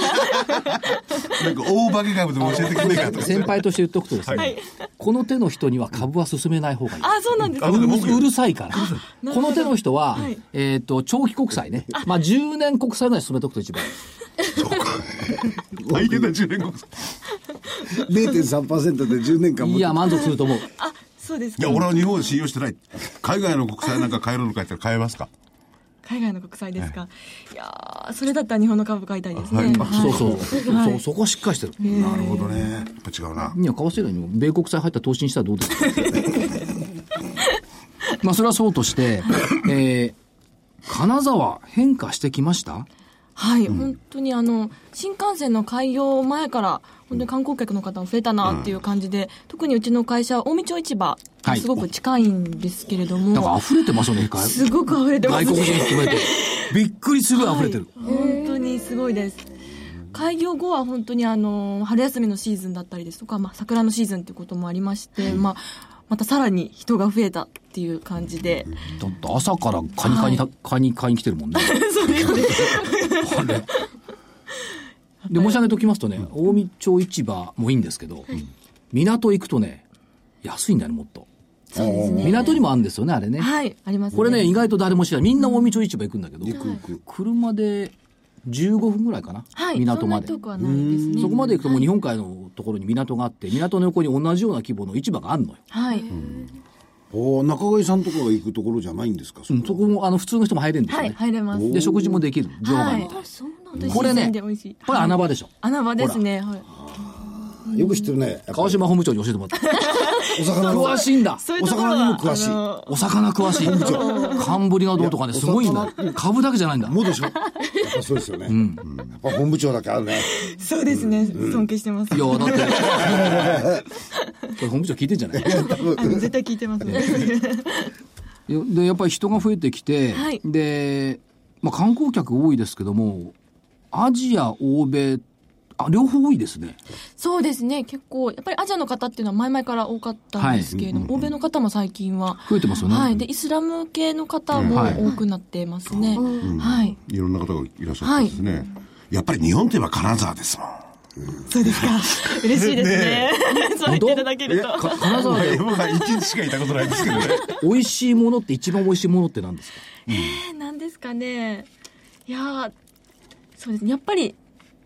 Speaker 4: 大化け株でも教えてくれねえかとか。
Speaker 1: 先輩として言っとくとですね、
Speaker 6: い
Speaker 1: この手の人には株は進めない方がいい
Speaker 6: あ、そうなんですか
Speaker 4: あ。僕
Speaker 1: うるうるさいから。
Speaker 6: ど
Speaker 1: この手の人は、
Speaker 6: はい
Speaker 1: えっ、と、長期国債ね。まあ、10年国債ぐらい進めとくと一番いい。
Speaker 4: 大変な10年後。
Speaker 3: 0.3%で10年間も。
Speaker 1: いや、満足すると思う。
Speaker 6: あ、そうです
Speaker 4: い
Speaker 6: か
Speaker 4: や、。俺は日本を信用してない。海外の国債なんか買えるのか言ったら買えますか
Speaker 6: 海外の国債ですか。いやーそれだったら日本の株買いたいですね。
Speaker 4: は
Speaker 6: はいい
Speaker 4: あ
Speaker 1: そうそう。
Speaker 6: はい
Speaker 1: そう、そこはしっかりしてる。
Speaker 4: なるほどね。やっぱ違うな。
Speaker 1: いや、為替以外にも、米国債入ったら投資にしたらどうですかまあ、それはそうとして、えー、金沢変化してきました
Speaker 6: はい、本当にあの、新幹線の開業前から、本当に観光客の方も増えたなっていう感じで、特にうちの会社、近江町市場
Speaker 1: は、い
Speaker 6: すごく近いんですけれども、
Speaker 1: だから溢れてますよね、外
Speaker 6: すごく溢れてます
Speaker 1: 外
Speaker 6: ね。
Speaker 1: 国人含めて。びっくりするぐらい溢れてる。
Speaker 6: はい本当にすごいです開業後は本当にあの春休みのシーズンだったりですとか、まあ、桜のシーズンということもありまして、まあ、またさらに人が増えたっていう感じで、
Speaker 1: だって朝からカニカニ、カニ買いに来てるもんね。
Speaker 6: [LAUGHS] そうですね
Speaker 1: あれで申し上げておきますとね、近江町市場もいいんですけど、港行くとね安いんだよねもっと、
Speaker 3: そうですね。
Speaker 1: 港にもあるんですよねあれね、
Speaker 6: はいありますね
Speaker 1: これね意外と誰も知らないみんな近江町市場行くんだけど、
Speaker 3: く行く
Speaker 1: 車で15分ぐらいかな、
Speaker 6: はい
Speaker 1: 港まで
Speaker 6: そんな遠くはないですね
Speaker 1: そこまで行くともう日本海のところに港があって港の横に同じような規模の市場があるのよ、
Speaker 6: はい、
Speaker 3: おー中貝さんとかが行くところじゃないんですかそこ
Speaker 1: うんそこもあの普通の人も入れるんですよ
Speaker 6: はい
Speaker 1: ね、
Speaker 6: 入れます
Speaker 1: で食事もできる場外みたいな、
Speaker 6: はい
Speaker 5: そうなんだ
Speaker 1: これね
Speaker 6: 本当に新鮮で美味しい
Speaker 1: これ穴場でしょ
Speaker 6: 穴場ですね、はい、
Speaker 3: よく知ってるね。
Speaker 1: 川島本部長に教えても [LAUGHS] らった
Speaker 3: お魚の
Speaker 1: 詳しいんだ
Speaker 6: そういう
Speaker 3: お
Speaker 6: ところ
Speaker 3: 魚
Speaker 6: は
Speaker 3: にも詳しい
Speaker 6: あ。の
Speaker 1: お魚詳しい。カンブリがどうとかね、
Speaker 3: いや
Speaker 1: すごいんだ
Speaker 3: お魚。
Speaker 1: 株だけじゃないんだ。
Speaker 3: もうでしょやっぱそうですよね。やっぱ本部長だけあるね。
Speaker 6: そうですね、尊敬してます
Speaker 1: いや、だって。 [LAUGHS] これ本部長聞いてんじゃない
Speaker 6: あの絶対聞いてま
Speaker 1: [LAUGHS]
Speaker 6: すね
Speaker 1: で、やっぱり人が増えてきて
Speaker 6: はい、
Speaker 1: で、まあ観光客多いですけども、アジア、欧米、あ、両方多いですね。
Speaker 6: そうですね結構やっぱりアジアの方っていうのは前々から多かったんですけれども、欧米の方も最近は
Speaker 1: 増えてますよね。
Speaker 6: はい、でイスラム系の方も多くなってますね、はい、
Speaker 4: いろんな方がいらっしゃってですね。やっぱり日本といえば金沢ですもん。
Speaker 6: そう [LAUGHS] ですか嬉しいですねそう言っていただけると
Speaker 1: か金沢で
Speaker 4: 僕は一日しかいたことないですけどね。
Speaker 1: 美味しいものって一番美味しいものって何ですか
Speaker 6: え [LAUGHS] ー何ですかねいやーそうですねやっぱり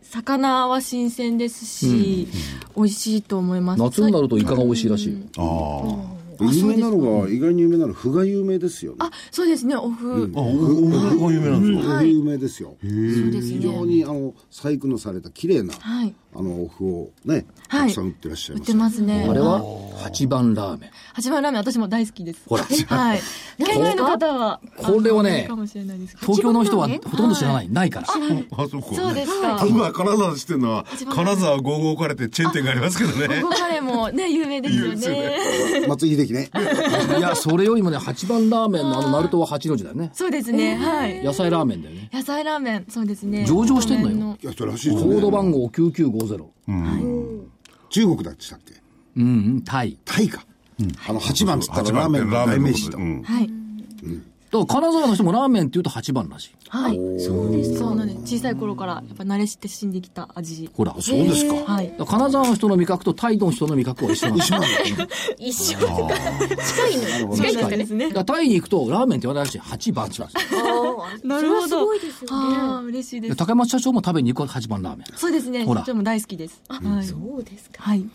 Speaker 6: 魚は新鮮ですし、美味しいと思います
Speaker 1: 夏になるとイカが美味しいらしい。
Speaker 4: ああ。
Speaker 3: 有名なのが、意外に有名なの、麩が有名ですよね。
Speaker 6: あそうですねおふ、
Speaker 4: あ、お風が有名なんですよ。
Speaker 3: 麩有名ですよ。
Speaker 5: そうです
Speaker 3: 非
Speaker 5: ね
Speaker 3: 常に、あの、細工のされた綺麗な、
Speaker 6: はい
Speaker 3: ああの、お麩をね、
Speaker 6: はい
Speaker 3: たくさん売ってらっしゃい
Speaker 6: 売っ
Speaker 3: ます
Speaker 6: て
Speaker 3: ね、
Speaker 6: ますね
Speaker 1: あれは八番ラーメン。
Speaker 6: 八番ラーメン私も大好きです
Speaker 1: ほら [LAUGHS]
Speaker 6: はい海外の方は
Speaker 1: これをね
Speaker 6: あのかもしれないですけど
Speaker 1: 東京の人はほとんど知らない。ないから。
Speaker 4: あそこ、
Speaker 6: そうですか
Speaker 4: 今、金沢でしてるのは、金沢55カレーってチェーン店がありますけどね
Speaker 6: ご。カレーもね有名ですよ
Speaker 4: 有名
Speaker 6: ね
Speaker 3: 松井秀喜ね。
Speaker 1: いや、それよりもね、八番ラーメンのあの、ナルトは八の字だよね。
Speaker 6: そうですねはい
Speaker 1: 野菜ラーメンだよね。
Speaker 6: 野菜ラーメンそうですね
Speaker 1: 上場してんのよ
Speaker 3: いや、それらしい
Speaker 1: コ
Speaker 3: ですね。
Speaker 1: ード番号9950。
Speaker 3: 中国だってしたっけ
Speaker 1: うんうん、タイ。
Speaker 3: タイか。あの、8番っつったらラーメンの
Speaker 4: ラー
Speaker 3: 代
Speaker 4: メン
Speaker 3: 名
Speaker 4: の
Speaker 3: 詞
Speaker 4: こと
Speaker 3: だ
Speaker 4: う。ん
Speaker 6: はい
Speaker 1: だから金沢の人もラーメンって言うと八番らしい。
Speaker 6: はいそうですそうなんです小さい頃からやっぱ慣れして死んできた味
Speaker 1: ほら。
Speaker 3: そうですか。
Speaker 6: はい
Speaker 1: だから金沢の人の味覚とタイの人の味覚は一緒なんだ
Speaker 3: 一緒なん
Speaker 2: [LAUGHS] 一緒か近いのよ
Speaker 6: そう
Speaker 3: だ。
Speaker 6: ですね
Speaker 1: だからタイに行くとラーメンって言わないらしい八番って言われるらしい
Speaker 6: なるほど
Speaker 2: それはすごいです
Speaker 6: あ
Speaker 2: よ
Speaker 6: あ
Speaker 2: ね
Speaker 6: 嬉しいで
Speaker 1: です高松社長も食べに行く八番ラーメン
Speaker 6: そうですね
Speaker 1: ほら
Speaker 6: 社長も大好きですはい
Speaker 2: そうですか
Speaker 6: はい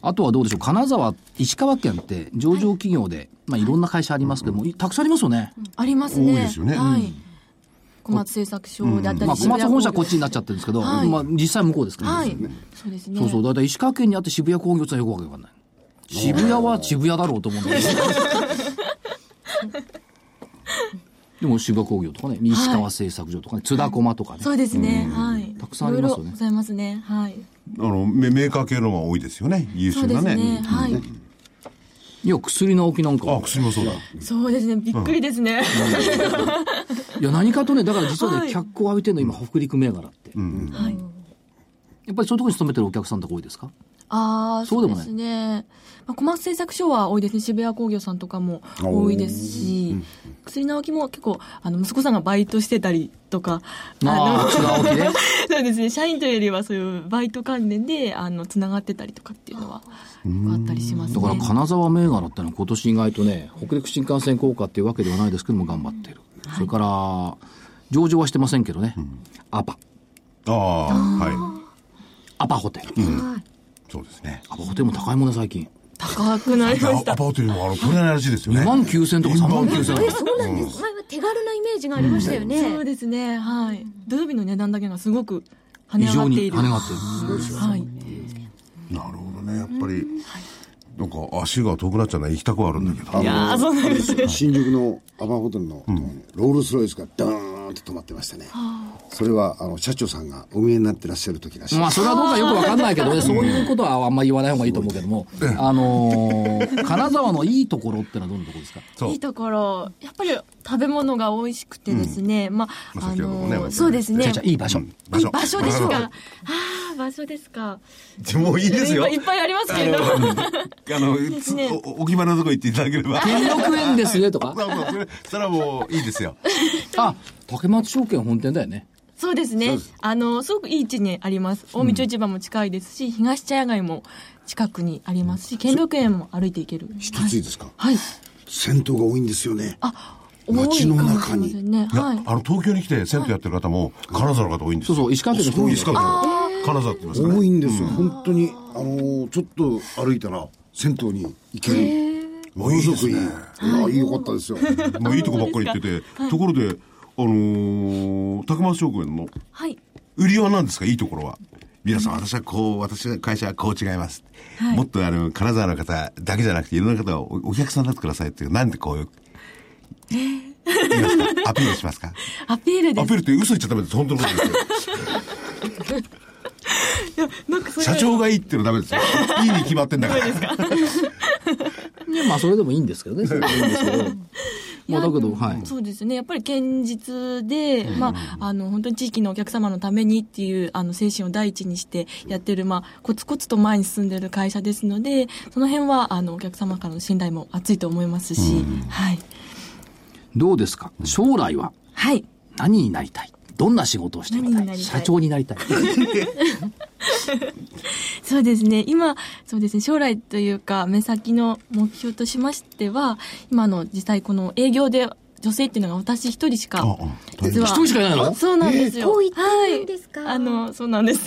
Speaker 1: あとはどうでしょう金沢石川県って上場企業で、いまあ、いろんな会社ありますけども、いたくさんありますよね、
Speaker 6: あります
Speaker 4: 多い
Speaker 6: ね
Speaker 4: ですよね
Speaker 6: はい小松製作所であった
Speaker 1: ま
Speaker 6: り
Speaker 1: あ、小松本社こっちに
Speaker 6: な
Speaker 1: なっちゃってるんですけど、
Speaker 6: はい
Speaker 1: まあ、実際向こうですから、
Speaker 6: はいそうですね
Speaker 1: そうそうだいたい石川県にあって渋谷工業地はよくわけわかんない渋谷は渋谷だろうと思うん
Speaker 6: [LAUGHS]
Speaker 1: だけどでも渋谷工業とかね西川製作所とかね津田駒とかね、
Speaker 6: そうですね、はい。
Speaker 1: たくさんありますよね
Speaker 6: いろいろございますね、はい。
Speaker 4: あの、メメーカー系のが多いですよね。優
Speaker 6: そう
Speaker 4: 秀
Speaker 6: で
Speaker 4: な
Speaker 6: す
Speaker 4: ね。
Speaker 6: ね、はい。
Speaker 1: いや薬の置きなんか
Speaker 4: あ
Speaker 1: は、
Speaker 4: 薬もそうだ。
Speaker 6: そうですね、びっくりですね。
Speaker 1: いや何かとねだから実はね、
Speaker 6: はい
Speaker 1: 脚光を浴びてるの今北陸銘柄って、
Speaker 4: うん。
Speaker 6: はい。
Speaker 1: やっぱりそういうところに勤めてるお客さんとか多いですか
Speaker 6: ああ、
Speaker 1: そ
Speaker 6: そうう
Speaker 1: で
Speaker 6: で
Speaker 1: もない
Speaker 6: すね。まあ、小松製作所は多いですね。渋谷工業さんとかも多いですし、薬直樹も結構、あの、息子さんがバイトしてたりとか、
Speaker 1: ああ、
Speaker 6: の、 [LAUGHS]
Speaker 1: 津田沖ね。
Speaker 6: そうですね、社員というよりはそういうバイト関連で、あの、つながってたりとかっていうのは、あったりします
Speaker 1: だ
Speaker 6: ね。
Speaker 1: から金沢銘柄ってのは今年意外とね、北陸新幹線効果っていうわけではないですけども頑張っている。それから、上場はしてませんけどね、アパ、
Speaker 4: ああ、は
Speaker 1: アパホテル。
Speaker 4: い。そうですね。
Speaker 1: アパホテルも高いもんね、最近。
Speaker 6: 高くなりま
Speaker 4: あ
Speaker 6: し
Speaker 4: アパ
Speaker 6: た。
Speaker 4: ホテルもあの、取れないらしいですよね。
Speaker 1: 2万9000とか3万
Speaker 2: え
Speaker 1: 9000。
Speaker 2: そうなんです前は手軽なイメージがありましたよね
Speaker 6: そうですね、はい。土曜日の値段だけがすごく跳ね
Speaker 1: 異
Speaker 6: 上が
Speaker 1: 常
Speaker 6: っ
Speaker 1: に
Speaker 6: ている。
Speaker 1: 跳ね上がってる。
Speaker 6: はい。
Speaker 4: なるほどね、やっぱり。なんか足が遠くなっちゃうな、行きたくはあるんだけど。
Speaker 3: あの
Speaker 6: いやーそうなんです
Speaker 3: [LAUGHS]
Speaker 6: ね。
Speaker 3: 新宿のアパホテルのとこにロールスロイスがダーンって止まってましたね。それは、あの、社長さんがお見えになってらっしゃる時らしい。
Speaker 1: まあそれはどうかよくわかんないけどね、そういうことはあんまり言わない方がいいと思うけども、あのー、金沢のいいところってのはどんなところですか
Speaker 4: そう
Speaker 6: いいところ、やっぱり食べ物が美味しくてですね、まあ、
Speaker 4: まあ
Speaker 6: あ
Speaker 4: 先ほどもね
Speaker 6: の、そうですね。
Speaker 1: じゃあじゃあいい場所。
Speaker 4: 場所。
Speaker 6: 場所ですか。ああー、場所ですか。
Speaker 4: もういいですよ。
Speaker 6: いっぱいありますけど。
Speaker 4: あの、つ
Speaker 6: ね
Speaker 4: おお決まりのとこ行っていただければ。
Speaker 1: 兼六園ですねとか。
Speaker 4: そうそうそれそれはもういいですよ。
Speaker 1: あ、竹松証券本店だよね。
Speaker 6: そうですね。あの、すごくいい位置にあります。大道市場も近いですし、東茶屋街も近くにありますし、兼六園も歩いていける。
Speaker 3: 一ついいですか
Speaker 6: はい。
Speaker 3: 銭湯が多いんですよね。
Speaker 6: あ、
Speaker 3: 街の中に
Speaker 6: 多いかもしれませんね。
Speaker 4: いや、
Speaker 6: はい。
Speaker 4: あの、東京に来て銭湯やってる方も、金沢の方多いんで
Speaker 1: そ
Speaker 4: す
Speaker 1: う
Speaker 4: よ。
Speaker 1: そう、石川県の人
Speaker 4: 多
Speaker 1: も
Speaker 4: い
Speaker 1: ね
Speaker 4: ですか金沢って言いますから
Speaker 3: 多
Speaker 4: ね。
Speaker 3: いんですよ。本当に、あのー、ちょっと歩いたら、銭湯に行ける。ものすごくいい。いや、良かったですよ。
Speaker 4: もういいとこばっかり言ってて、ところで、あのー、高松商店の
Speaker 6: はい。
Speaker 4: 売りは何ですかいいところは。皆さん、私はこう、私の会社はこう違います。もっとあの、金沢の方だけじゃなくて、いろんな方をおお客さんになってくださいっていう、なんでこういう、言いますかアピールしますか
Speaker 6: アピール
Speaker 4: ア
Speaker 6: で
Speaker 4: ピー
Speaker 6: す。
Speaker 4: ルって嘘言っちゃダメです。本当のことですよ。
Speaker 6: なんかそれ
Speaker 4: 社長がいいっていうのはダメですよ。いいに決まってんだから。
Speaker 1: いやまあそれでもいいんですけどね。それでもいいんですけど。まあだけど、はい。
Speaker 6: そうですね。やっぱり堅実で、まあ、あの、本当に地域のお客様のためにっていう、あの、精神を第一にしてやってる、まあ、コツコツと前に進んでる会社ですので、その辺は、あの、お客様からの信頼も厚いと思いますし、はい。
Speaker 1: どうですか将来は
Speaker 6: はい。
Speaker 1: 何になりたいどんな仕事をしてみた
Speaker 6: 何
Speaker 1: い
Speaker 6: になりたい
Speaker 1: 社長になりたい。
Speaker 6: そうですね。今、そうですね。将来というか、目先の目標としましては、今の実際この営業で女性っていうのが私一人しか
Speaker 4: ああ、
Speaker 6: 実は。
Speaker 1: 一人しかいないの
Speaker 6: そうなんですよ。
Speaker 2: こう言ってるんですか、
Speaker 6: あの、そうなんです。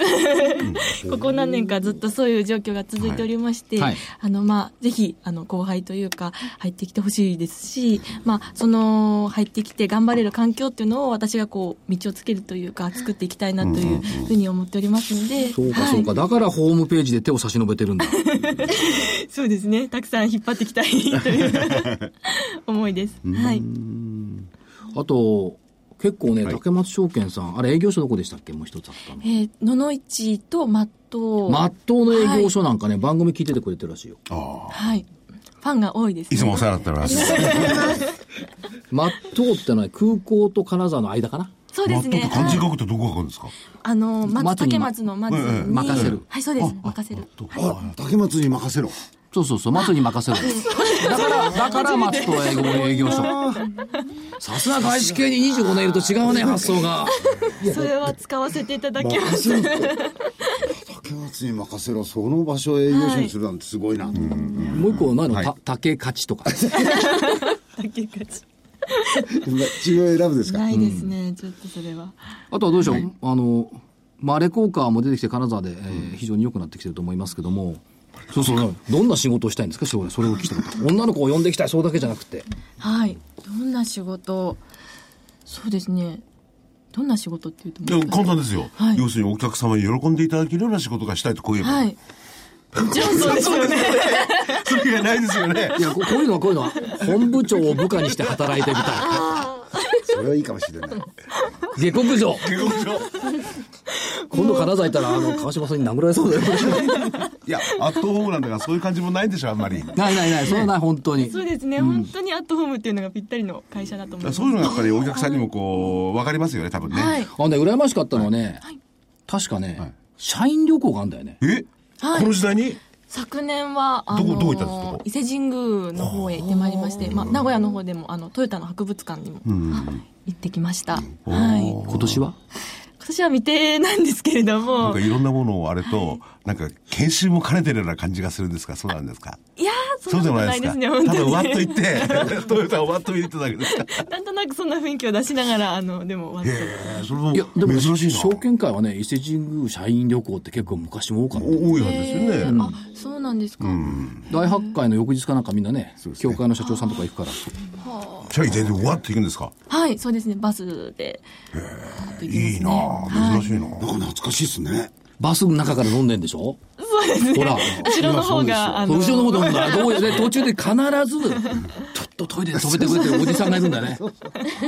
Speaker 6: ここ何年かずっとそういう状況が続いておりまして、
Speaker 1: はいはい
Speaker 6: あの、まあ、ぜひ、あの、後輩というか、入ってきてほしいですし、まあ、その、入ってきて頑張れる環境っていうのを私がこう、道をつけるというか、作っていきたいなというふうに思っておりますので、
Speaker 1: [LAUGHS] そうかそうか、だからホームページで手を差し伸べてるん
Speaker 6: [LAUGHS]
Speaker 1: だ。
Speaker 6: そうですね。たくさん引っ張っていきたいという思いです。はい。
Speaker 1: あと、結構ね、竹松証券さん、あれ営業所どこでしたっけもう一つあったの
Speaker 6: え。ー、野々市とマット。
Speaker 1: まっとうの営業所なんかね、番組聞いててくれてるらしいよ。
Speaker 4: ああ。
Speaker 6: はい。ファンが多いです、ね。
Speaker 4: いつもお世話になっております。
Speaker 1: まっとうってのは空港と金沢の間かな
Speaker 6: そうで
Speaker 4: 納
Speaker 6: す
Speaker 4: 豆
Speaker 6: ね。
Speaker 4: と漢字書くとどこ書くんですか
Speaker 6: あの、松
Speaker 1: 松に
Speaker 6: 竹松の松
Speaker 4: ええええ
Speaker 6: に。
Speaker 1: 任せる
Speaker 6: はい、そうです。任せる。
Speaker 3: あ竹松に任せろ
Speaker 1: そうそうそう、松に任せる。 [LAUGHS] だから、だから松と営業営業所。さすが外資系に25年いると違うね、発想が。
Speaker 6: それは使わせていただきます。
Speaker 3: 任せろ竹松に任せろその場所を営業所にするなんてすごいな、
Speaker 1: もう一個ないの、た竹勝ちとか。
Speaker 6: 竹勝
Speaker 3: 違う選ぶです
Speaker 6: ち。
Speaker 3: か
Speaker 6: ないですね。ちょっとそれは。
Speaker 1: あとはどうでしょう、あの、まあ、レコーカーも出てきて金沢で、えー非常に良くなってきてると思いますけども、そうそう、どんな仕事をしたいんですか、将来。それを聞きたかった。女の子を呼んでいきたい、そうだけじゃなくて。
Speaker 6: はい。どんな仕事そうですね。どんな仕事っていうと
Speaker 4: いや、簡単ですよ。
Speaker 6: はい
Speaker 4: 要するにお客様に喜んでいただけるような仕事がしたいとこう言えば。
Speaker 6: はい。もちろんそうですよね。
Speaker 4: それがないですよね。
Speaker 1: いや、ここういうのはこういうのは、本部長を部下にして働いてみ [LAUGHS] た
Speaker 3: それはいいかもしれない
Speaker 1: い。下克上
Speaker 4: 下克上
Speaker 1: 今度金沢行ったら、あの、川島さんに殴られそうだよ。
Speaker 4: いや、アットホームなんだからそういう感じもないんでしょ、あんまり。
Speaker 1: [LAUGHS] ないないない、それはない、本当に。
Speaker 6: そうですね、本当にアットホームっていうのがぴったりの会社だと思います。
Speaker 4: そういうのがやっぱりお客さんにもこう、わかりますよね、多分ね。
Speaker 6: は
Speaker 1: [LAUGHS]
Speaker 6: い。
Speaker 1: あのね、羨ましかったのはね、確かね、社員旅行があるんだよね。
Speaker 4: え、
Speaker 6: はい
Speaker 4: この時代に
Speaker 6: 昨年は、あ
Speaker 4: ど
Speaker 6: の
Speaker 4: こどこ行ったんですかどこ
Speaker 6: 伊勢神宮の方へ行ってまいりまして、まあ、名古屋の方でも、あの、トヨタの博物館にも行ってきました。はい。今
Speaker 1: 今年は
Speaker 6: 年は未定なんですけれど
Speaker 4: なん
Speaker 6: も
Speaker 4: か、いろんなものをあれと、なんか研修も兼ねてるような感じがするんですかそうなんですか
Speaker 6: いやー、そんなことないですね、本
Speaker 4: ただわ
Speaker 6: 当
Speaker 4: っと
Speaker 6: に。
Speaker 4: 行って、 [LAUGHS] トヨタをわっと見るってだけですか。
Speaker 6: [LAUGHS] なんとなくそんな雰囲気を出しながら、あの、でも、わっと。
Speaker 4: えー、それも
Speaker 1: いや、でもね、
Speaker 4: 珍しいな。
Speaker 1: 証券会はね、伊勢神宮社員旅行って結構昔も多かった。
Speaker 4: 多いはずですよね。
Speaker 6: あ、そうなんですか。
Speaker 1: 大発会の翌日かなんかみんなね、教会の社長さんとか行くから。
Speaker 4: 社員全然わっと行くんですか
Speaker 6: はい、そうですね、バスで。わっと行きますね
Speaker 4: いいなあ珍しいなあ
Speaker 3: なんか懐かしいっすね
Speaker 1: バスの中から飲んでんでしょ
Speaker 6: そうです
Speaker 1: ほ
Speaker 6: ね
Speaker 1: ら。
Speaker 6: 後ろの方が、あ
Speaker 1: 後ろの方で飲ん
Speaker 6: [LAUGHS]
Speaker 1: だら、どうで途中で必ず、ちょっとトイレで止めてくれてるおじさんがいるんだね。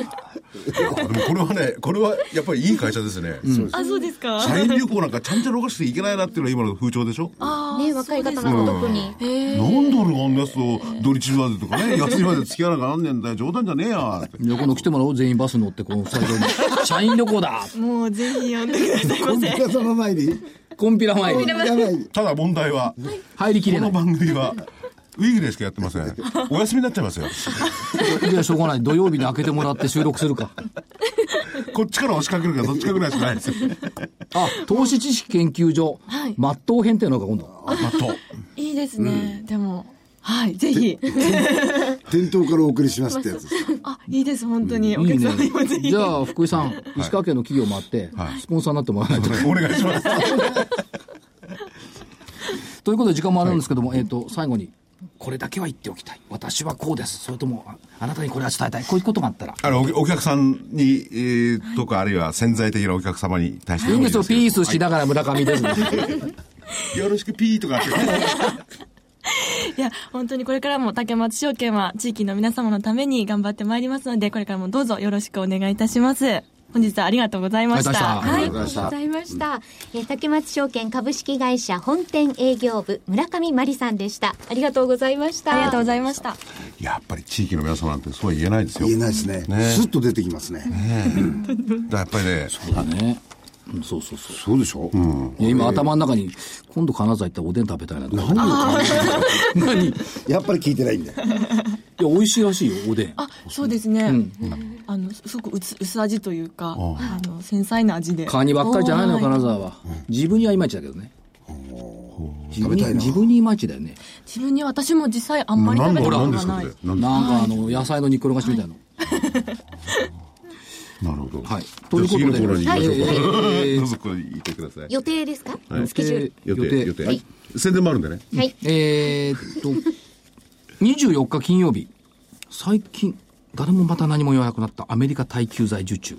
Speaker 4: でもこれはね、これはやっぱりいい会社ですね。
Speaker 6: あ、そうですか。
Speaker 4: 社員旅行なんかちゃんちゃらおかしていけないなっていうのは今の風潮でしょ
Speaker 6: あー
Speaker 2: ね、若い方
Speaker 6: そうです
Speaker 2: が特に、
Speaker 4: なんだろうあんなやつと土日までとかね、休みまで付き合わなきゃなんねえんだよ、冗談じゃねえやって。
Speaker 1: いや今度来てもらおう、全員バス乗って、このスタジオに。
Speaker 6: [LAUGHS]
Speaker 1: 社員旅行だ
Speaker 6: もうぜひ呼んでくださいませ。
Speaker 3: 皆様前に
Speaker 1: コンピラ前に
Speaker 3: いらない
Speaker 4: ただ問題は、
Speaker 1: 入りきれ
Speaker 4: こ
Speaker 1: な
Speaker 4: の
Speaker 1: い。
Speaker 4: 番組は、ウィークでしかやってません。お休みになっちゃいますよ。
Speaker 1: いや、しょうがない。土曜日に開けてもらって収録するか。
Speaker 4: こっちから押しかけるかどっちかぐらいしかないですよ。
Speaker 1: あ、投資知識研究所、
Speaker 6: はい
Speaker 1: まっとう編っていうのが今度。
Speaker 4: あと。
Speaker 6: [LAUGHS] いいですね。でも、はい、ぜひ。
Speaker 3: 店頭からお送りしますってやつです
Speaker 6: [LAUGHS] あ、いいです、本当に。お
Speaker 1: いい
Speaker 6: 客
Speaker 1: ね
Speaker 6: 様にもぜ。ひ。
Speaker 1: じゃあ、福井さん、石川県の企業もあって、
Speaker 4: はい
Speaker 1: スポンサーになってもらわないと。
Speaker 4: お願いします。
Speaker 1: ということで、時間もあるんですけども、えっ、と、最後に、これだけは言っておきたい。私はこうです。それとも、ああなたにこれは伝えたい。こういうことがあったら。
Speaker 4: あの、おお客さんに、えーとか、あるいは潜在的なお客様に対して
Speaker 1: いいんですよ、
Speaker 4: けど
Speaker 1: ピースしながら村上ですね。
Speaker 4: はいよろしくピーとかって。
Speaker 6: いや、本当にこれからも竹松証券は地域の皆様のために頑張ってまいりますので、これからもどうぞよろしくお願いいたします。本日はありがとうございまし
Speaker 1: ありがとうございました
Speaker 6: た。
Speaker 1: あり
Speaker 2: はい、ありがとうございました。えー竹松証券株式会社本店営業部村上真理さんでした。ありがとうございました。
Speaker 6: ありがとうございました。
Speaker 4: やっぱり地域の皆様なんてそうは言えないですよ。
Speaker 3: 言えないですね
Speaker 4: ね
Speaker 3: スッと出てきますね
Speaker 4: だからやっぱりね、
Speaker 1: だね。うんそうそうそう。
Speaker 3: そうでしょ、う
Speaker 1: いや今頭の中に、今度金沢行ったらおでん食べたいなと。何い
Speaker 3: やっぱり聞いてないんだよ
Speaker 1: や、美味しいらしいよ、おでん。
Speaker 6: あ、そうですね。うんあの、すすごく薄薄味というか、あの、繊細な味で。
Speaker 1: カニばっかりじゃないのよ、
Speaker 6: か
Speaker 1: 金沢は。自分にはいまいちだけどね。自分
Speaker 3: 食べ
Speaker 1: に
Speaker 3: たいな
Speaker 1: 自分にいまいちだよね。
Speaker 6: 自分に私も実際あんまり食べたこと
Speaker 4: なん
Speaker 6: が
Speaker 4: ですか
Speaker 6: な
Speaker 4: こ
Speaker 6: い
Speaker 1: な
Speaker 4: れ。
Speaker 1: んかあの、野菜の煮っころがしみたいな。
Speaker 4: なるほど。
Speaker 1: はい
Speaker 4: じゃあ
Speaker 1: ということで
Speaker 4: 次のコーナーに行きましょうか。
Speaker 1: はいえー
Speaker 4: どうぞこれ言ってください。
Speaker 2: 予定ですか、
Speaker 4: はい
Speaker 2: スケジュール。
Speaker 4: 予定、予定。
Speaker 2: はい
Speaker 4: 宣伝もあるんでね。
Speaker 2: はい。
Speaker 1: えーっと、24日金曜日、最近、誰もまた何も言わなくなったアメリカ耐久財受注。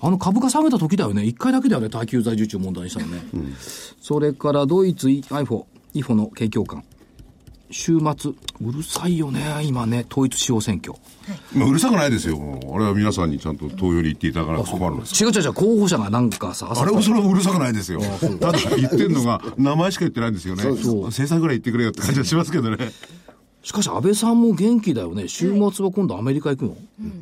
Speaker 1: あの株価下げた時だよね。一回だけだよね。耐久財受注問題にしたのね。それからドイツ IFO、IFO の景況感。週末、うるさいよね。今ね、統一地方選挙。
Speaker 4: まあ、うるさくないですよ。もうあれは皆さんにちゃんと投票に行っていただかないと困るんです。
Speaker 1: 違う違う違う、候補者がなんかさ、朝
Speaker 4: あれもそれはうるさくないですよ。ただ言ってんのが、名前しか言ってないんですよね。制裁ぐらい言ってくれよって感じはしますけどね。
Speaker 1: しかし安倍さんも元気だよね。週末は今度アメリカ行くの、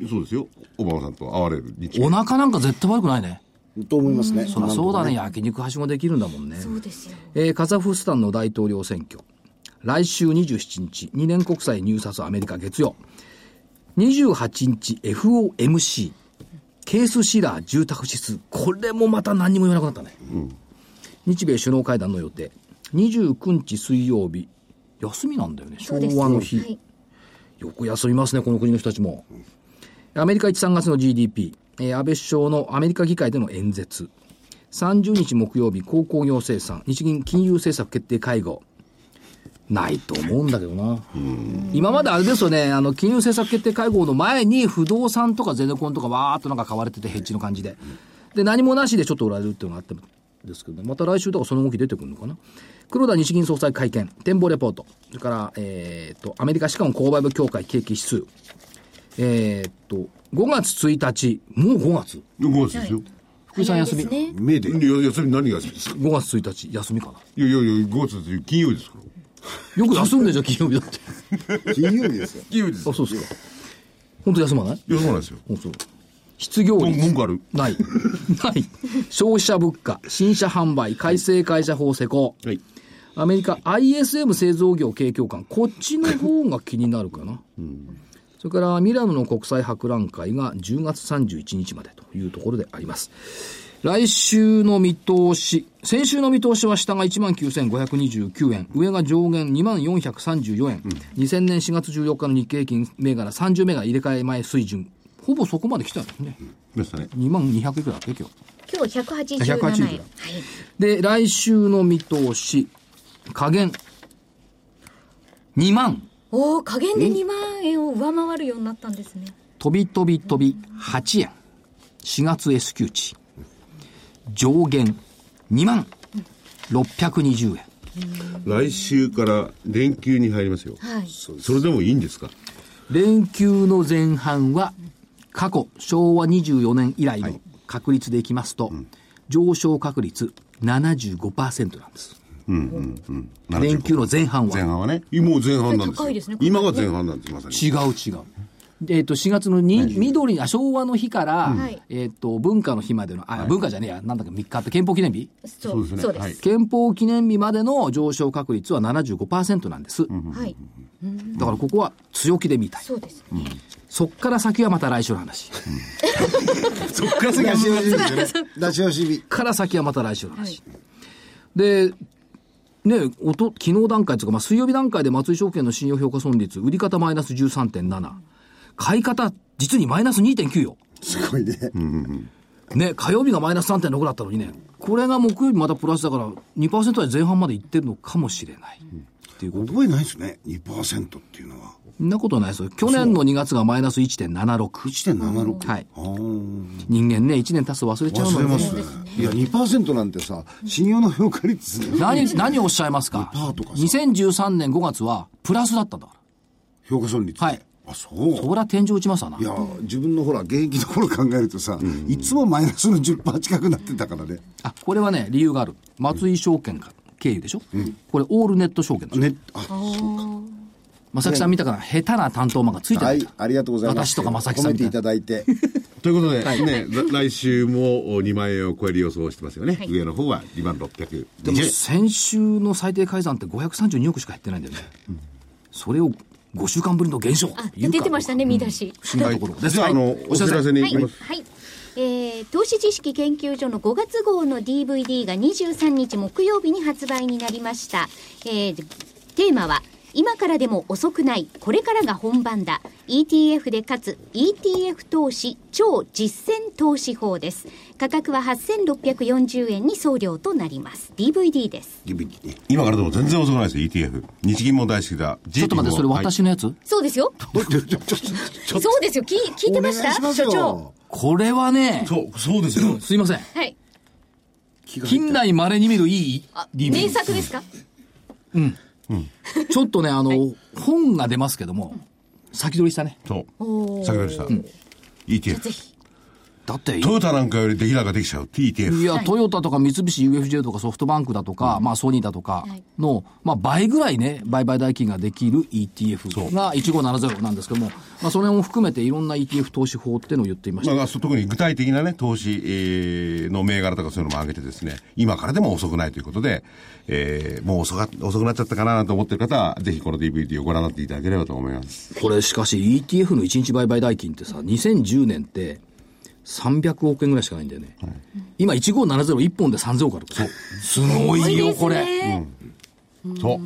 Speaker 4: そうですよ。オバマさんと会われる日
Speaker 1: お
Speaker 4: 米
Speaker 1: 腹なんか絶対悪くないね。
Speaker 3: と思いますね。
Speaker 1: そりゃそうだね。焼肉はしごできるんだもんね。
Speaker 2: そうですよ。
Speaker 1: えーカザフスタンの大統領選挙。来週27日、2年国債入札アメリカ月曜。28日、FOMC。ケースシラー住宅指数。これもまた何にも言わなくなったね。日米首脳会談の予定。29日水曜日。休みなんだよね。昭
Speaker 2: そうです
Speaker 1: 和の日。
Speaker 2: はい
Speaker 1: よく休みますね、この国の人たちも。アメリカ1、3月の GDP、えー安倍首相のアメリカ議会での演説、30日木曜日、鉱工業生産、日銀金融政策決定会合。ないと思うんだけどな。今まであれですよね、あの、金融政策決定会合の前に不動産とかゼネコンとかわーっとなんか買われてて、ヘッジの感じで。で、何もなしでちょっと売られるっていうのがあったんですけどね。また来週とかその動き出てくるのかな。黒田日銀総裁会見、展望レポート。それから、えーっと、アメリカ資本購買部協会景気指数。えーっと、5月1日、もう5月。
Speaker 4: 5月ですよ。
Speaker 1: 福井さん休み。
Speaker 2: 早いですね。
Speaker 3: 目で。
Speaker 4: いや、休み何が休みですか
Speaker 1: 5月1日、休みかな。
Speaker 4: いやいやいや、5月ですよ金曜日ですから。
Speaker 1: よく休んでじゃん、金曜日だって。
Speaker 3: 金曜日ですよ。
Speaker 4: [LAUGHS] 金曜日です
Speaker 1: あ、
Speaker 4: よ。
Speaker 1: そうですか。本当休まない
Speaker 4: いや、そうなんですよ。
Speaker 1: そうそう失業率。
Speaker 4: 文文句ある
Speaker 1: ない。ない。消費者物価、新車販売、改正会社法施行。
Speaker 4: はい。
Speaker 1: アメリカ ISM 製造業景況感。こっちの方が気になるかな。それからミラノの国際博覧会が10月31日までというところであります。来週の見通し。先週の見通しは下が19,529円、上が上限24,34円、2000年4月14日の日経平均銘柄30銘柄入れ替え前水準。ほぼそこまで来たんですね。
Speaker 4: でしたね。
Speaker 1: 2万200いくらだっけ今日。
Speaker 2: 今日187円。
Speaker 1: 180
Speaker 2: はい
Speaker 1: だ。で、来週の見通し、加減、2万、
Speaker 2: おお、加減で2万円を上回るようになったんですね。
Speaker 1: 飛び飛び飛び8円、4月 S q 値、上限2万620円。
Speaker 4: 来週から連休に入りますよ。
Speaker 2: はい。
Speaker 4: それでもいいんですか
Speaker 1: 連休の前半は、過去昭和24年以来の確率でいきますと、上昇確率75%なんです。連休の前半は。
Speaker 4: 前半はね。もう前半なんですよ。
Speaker 2: 高いですね
Speaker 4: 今が前半なんです、まさに。
Speaker 1: 違う違う。えっ、と、4月のに、緑、あ、昭和の日から、
Speaker 2: はい
Speaker 1: えっ、と、文化の日までの、あ、文化じゃねえや、なんだっけ、3日って憲法記念日
Speaker 2: そう
Speaker 4: そうですね
Speaker 2: そうで
Speaker 4: はい
Speaker 2: す。
Speaker 1: 憲法記念日までの上昇確率は75%なんです。
Speaker 2: はい。
Speaker 1: だからここは強気で見たい。
Speaker 2: そうです。
Speaker 1: そっから先はまた来週の話。そっ
Speaker 4: そっから先
Speaker 3: 出
Speaker 4: は
Speaker 3: し惜
Speaker 4: 難し
Speaker 3: しみ
Speaker 4: いで
Speaker 3: ですす
Speaker 4: よ
Speaker 3: ね
Speaker 4: ね。
Speaker 3: 出し惜しみ。
Speaker 1: から先はまた来週の話。で、ね、おと、昨日段階というか、まあ、水曜日段階で松井証券の信用評価損率、売り方マイナス13.7。買い方、実にマイナス2.9よ。
Speaker 3: すごいね。
Speaker 1: ね、火曜日がマイナス3.6だったのにね、これが木曜日またプラスだから、2%台前半までいってるのかもしれない。っていうこと。
Speaker 3: 覚えないですね。2%っていうのは。
Speaker 1: そんなことないですよ。去年の2月がマイナス1.76。
Speaker 3: 1.76。
Speaker 1: はい。
Speaker 3: あー
Speaker 1: 人間ね、1年経つと忘れちゃう
Speaker 3: 忘
Speaker 1: の
Speaker 3: れ
Speaker 1: で、
Speaker 3: ますね。いや、2%なんてさ、信用の評価率ね
Speaker 1: 何、何をおっしゃいますか
Speaker 3: 2%とかさ
Speaker 1: ?2013 年5月は、プラスだったんだから。
Speaker 3: 評価損率。
Speaker 1: はい。
Speaker 3: あ、そう。
Speaker 1: そりゃ天井打ちますわな。
Speaker 3: いや、自分のほら、現役の頃考えるとさ、いつもマイナスの10%近くなってたからね。
Speaker 1: あ、これはね、理由がある。松井証券か、経由でしょこれ、オールネット証券でしょ
Speaker 3: ね、あ、
Speaker 1: まさきさん見たから、下手な担当マンがついてな
Speaker 3: はいい。、ありがとうございます。
Speaker 1: 私とか正木さん
Speaker 3: 褒め
Speaker 1: み
Speaker 3: て
Speaker 1: たい
Speaker 3: い
Speaker 1: な
Speaker 3: ただいて。
Speaker 4: ということで、ね、ら来週も2万円を超える予想をしてますよね。上の方は2万620
Speaker 1: でも
Speaker 4: 円。
Speaker 1: 先週の最低改ざんって532億しか減ってないんだよね、それを5週間ぶりの減少と
Speaker 2: あ、
Speaker 1: いうか
Speaker 2: 出てましたね、見出し。
Speaker 1: 不思議なところです
Speaker 4: じゃあ、あの、お知らせに
Speaker 2: は
Speaker 4: 行
Speaker 2: い、
Speaker 4: きます。
Speaker 2: はいえー投資知識研究所の5月号の DVD が23日木曜日に発売になりました、えーテーマは今からでも遅くない、これからが本番だ。ETF で勝つ ETF 投資超実践投資法です。価格は8640円に送料となります。DVD です。
Speaker 4: 今からでも全然遅くないですよ ETF 日銀も大好きだ
Speaker 1: ちょっと待って、それ私
Speaker 4: の、
Speaker 1: のやつ、
Speaker 2: そうですよ。
Speaker 1: [LAUGHS]
Speaker 2: そうですよ。聞い聞いてました
Speaker 3: お願いし
Speaker 2: 所
Speaker 3: ます
Speaker 2: 長。
Speaker 3: よ
Speaker 1: これはね、
Speaker 4: そうそうですよ
Speaker 1: すいません。
Speaker 2: はい。
Speaker 1: 近代稀に見るいい
Speaker 2: あ、
Speaker 1: リビュー
Speaker 2: 名作ですか
Speaker 1: ちょっとね、あの、本が出ますけども、先取りしたね。
Speaker 4: そう先ほどでした、
Speaker 2: ぜ
Speaker 4: ETF
Speaker 2: ひ。
Speaker 1: だって、
Speaker 4: トヨタなんかより出来高できちゃうって ETF
Speaker 1: いや、トヨタとか三菱 UFJ とかソフトバンクだとか、まあソニーだとかの、まあ倍ぐらいね、売買代金ができる ETF が1570なんですけども、まあそれも含めていろんな ETF 投資法っていうのを言っていました。
Speaker 4: まあ、そう特に具体的なね、投資、えーの銘柄とかそういうのも上げてですね、今からでも遅くないということで、えーもう遅か遅くなっちゃったかなと思ってる方は、ぜひこの DVD をご覧になっていただければと思います。
Speaker 1: これしかし ETF の1日売買代金ってさ、2010年って300億円ぐらいしかないんだよね。今1570、1本で3000億あるから。すごいよ、これ。
Speaker 4: そう。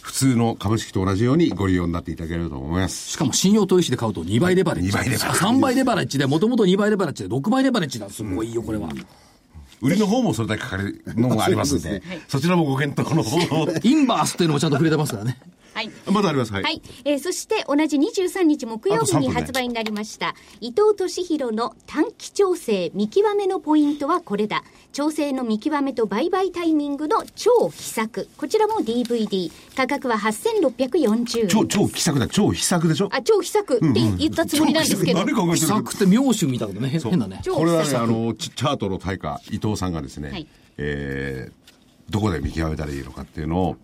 Speaker 4: 普通の株式と同じようにご利用になっていただければと思います。
Speaker 1: しかも信用取引で買うと2倍レバレッジ。
Speaker 4: 2倍レバレッジ
Speaker 1: 3倍レバレッジで、もともと2倍レバレッジで6倍レバレッジだ。すごいよ、これは。
Speaker 4: 売りの方もそれだけかかるのもありますん
Speaker 3: そう
Speaker 4: で
Speaker 3: で、
Speaker 4: そちらもご検討の方
Speaker 2: [LAUGHS]
Speaker 4: を
Speaker 1: インバースっていうのもちゃんと触れてますからね。
Speaker 2: はい。
Speaker 4: まだあります。はい。
Speaker 2: はい、えーそして同じ23日木曜日
Speaker 4: あと3分
Speaker 2: に
Speaker 4: ね
Speaker 2: 発売になりました、伊藤俊弘の短期調整見極めのポイントはこれだ調整の見極めと売買タイミングの超秘策こちらも DVD 価格は8640円
Speaker 4: 超、超奇策だ。超秘策でしょ
Speaker 2: あ超秘策って言ったつもりなんですけど、
Speaker 4: 何考え
Speaker 1: 秘
Speaker 4: てるの
Speaker 1: 策って妙手みたいなことね。変変だね。
Speaker 2: 超
Speaker 4: これは
Speaker 2: 秘
Speaker 4: ね、あ
Speaker 2: 策
Speaker 4: の、チチャートの大家、伊藤さんがですね、
Speaker 2: はい
Speaker 4: えーどこで見極めたらいいのかっていうのを、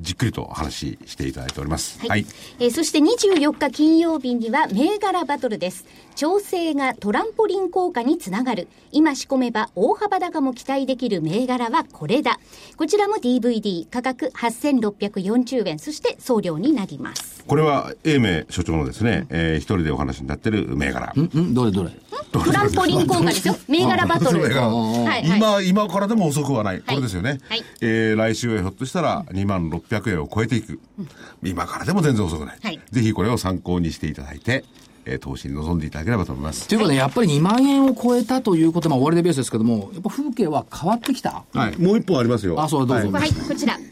Speaker 4: じっくりとお話ししていただいております。はい。
Speaker 2: はいえーそして24日金曜日には銘柄バトルです。調整がトランポリン効果につながる。今仕込めば大幅高も期待できる銘柄はこれだ。こちらも DVD 価格8640円、そして送料になります。
Speaker 4: これは、英明所長のですね、えー一人でお話になってる銘柄。
Speaker 1: んんどれどれ
Speaker 2: トランポリン効果ですよ。銘柄バトル。
Speaker 4: 銘柄
Speaker 2: はいはい
Speaker 4: 今、今からでも遅くはない。これですよね。
Speaker 2: はい
Speaker 4: えー来週はひょっとしたら2万600円を超えていく。今からでも全然遅くない。
Speaker 2: はい
Speaker 4: ぜひこれを参考にしていただいて、えー投資に臨んでいただければと思います。
Speaker 1: ということで、やっぱり2万円を超えたということは、まあ、終値ベースですけども、やっぱ風景は変わってきた
Speaker 4: はい。もう一本ありますよ。
Speaker 1: あ、そう、どうぞ。
Speaker 2: はい、こちら。はい。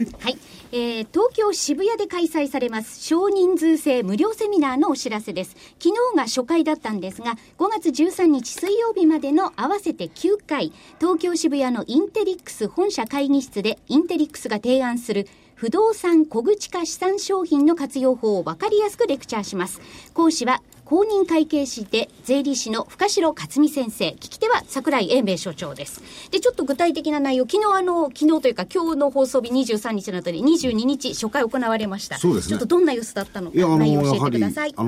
Speaker 2: えー東京渋谷で開催されます少人数制無料セミナーのお知らせです。昨日が初回だったんですが、5月13日水曜日までの合わせて9回、東京渋谷のインテリックス本社会議室でインテリックスが提案する不動産小口化資産商品の活用法を分かりやすくレクチャーします。講師は公認会計士で税理士の深城克美先生、聞き手は桜井英明所長です。で、ちょっと具体的な内容、昨日あの、昨日というか今日の放送日23日の後に22日初回行われました。
Speaker 3: そうですね
Speaker 2: ちょっとどんな様子だったのか、
Speaker 3: いや、あの、
Speaker 2: 内容
Speaker 3: や
Speaker 2: を教
Speaker 3: は
Speaker 2: えてく
Speaker 3: り、あ
Speaker 2: ださい。
Speaker 3: の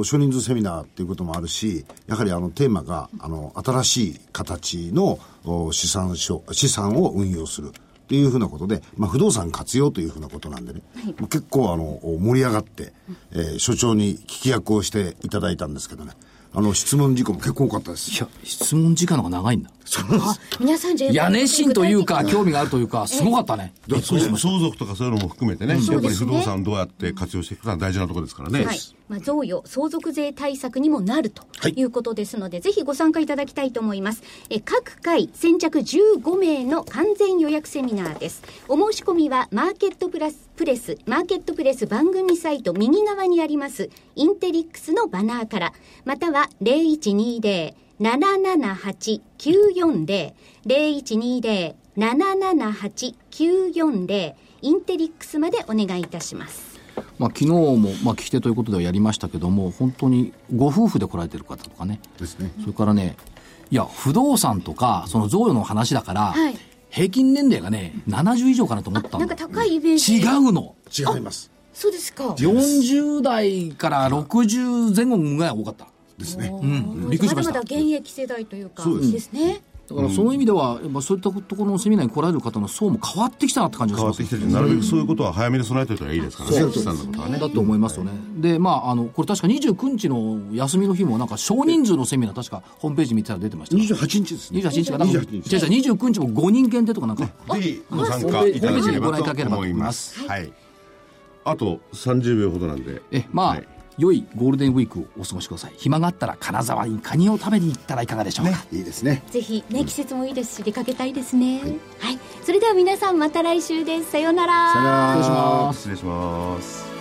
Speaker 3: ー、少人数セミナーっていうこともあるし、やはりあの、テーマが、あの、新しい形のお資産しょ資産を運用する。っていうふうなことで、まあ、不動産活用というふうなことなんでね、まあ結構あの、お盛り上がって、えー所長に聞き役をしていただいたんですけどね、あの、質問事項も結構多かったです
Speaker 1: い。や、質問時間の方が長いんだ。
Speaker 2: 皆さんじゃあ
Speaker 1: いや、熱心というか、興味があるというか、すごかったね。びっくりしました。
Speaker 4: 相続とかそういうのも含めてね、やっぱり
Speaker 2: そう
Speaker 4: 不
Speaker 2: ですね
Speaker 4: 動産どうやって活用していくかが大事なところですからね。
Speaker 2: はいまあ、贈与、相続税対策にもなるということですので、ぜひご参加いただきたいと思います。え各回先着15名の完全予約セミナーです。お申し込みはマーケットプラスプレス、マーケットプレス番組サイト右側にあります、インテリックスのバナーから、または0120、778-940 0120 778-940インテリックスまでお願いいたします。
Speaker 1: まあ、昨日も、まあ、聞き手ということではやりましたけども、本当にご夫婦で来られてる方とかね。
Speaker 3: ですね。
Speaker 1: それからね、いや、不動産とか、その贈与の話だから、
Speaker 2: はい
Speaker 1: 平均年齢がね、70以上かなと思ったの
Speaker 2: なんか。高いイメージ
Speaker 1: 違うの。
Speaker 3: 違います。
Speaker 2: そうですか
Speaker 1: 40代から60前後ぐらいが多かった。
Speaker 3: ですね。
Speaker 1: うん。びっくりしま
Speaker 2: ま
Speaker 1: し
Speaker 2: だまだ
Speaker 1: た。
Speaker 2: 現役世代というか
Speaker 3: そうです
Speaker 2: ですね
Speaker 1: だからその意味では、やっぱそういったところのセミナーに来られる方の層も変わってきたなって感じがし
Speaker 4: 変
Speaker 1: ま
Speaker 4: わっ
Speaker 1: す
Speaker 4: てきてるなるべくそういうことは早めに備えておいたらいいですからね、資産のことはね。
Speaker 1: だと思いますよね。で、まあ、あの、これ確か29日の休みの日も、なんか少人数のセミナー、確かホームページ見てたら出てました。
Speaker 3: 28日ですね。
Speaker 1: 28日かな違う違う、
Speaker 3: 28日
Speaker 1: 29日も5人限定とかなんか。
Speaker 4: ぜひご参加いただければと思います。はい。あと30秒ほどなんで。
Speaker 1: えまあ、
Speaker 4: はい
Speaker 1: 良いゴールデンウィークをお過ごしください暇があったら金沢にカニを食べに行ったらいかがでしょうか、
Speaker 3: いいですね
Speaker 2: ぜひね季節もいいですし出かけたいですね、はい、それでは皆さんまた来週ですさようなら
Speaker 3: さよなら
Speaker 1: 失礼します
Speaker 4: 失礼します。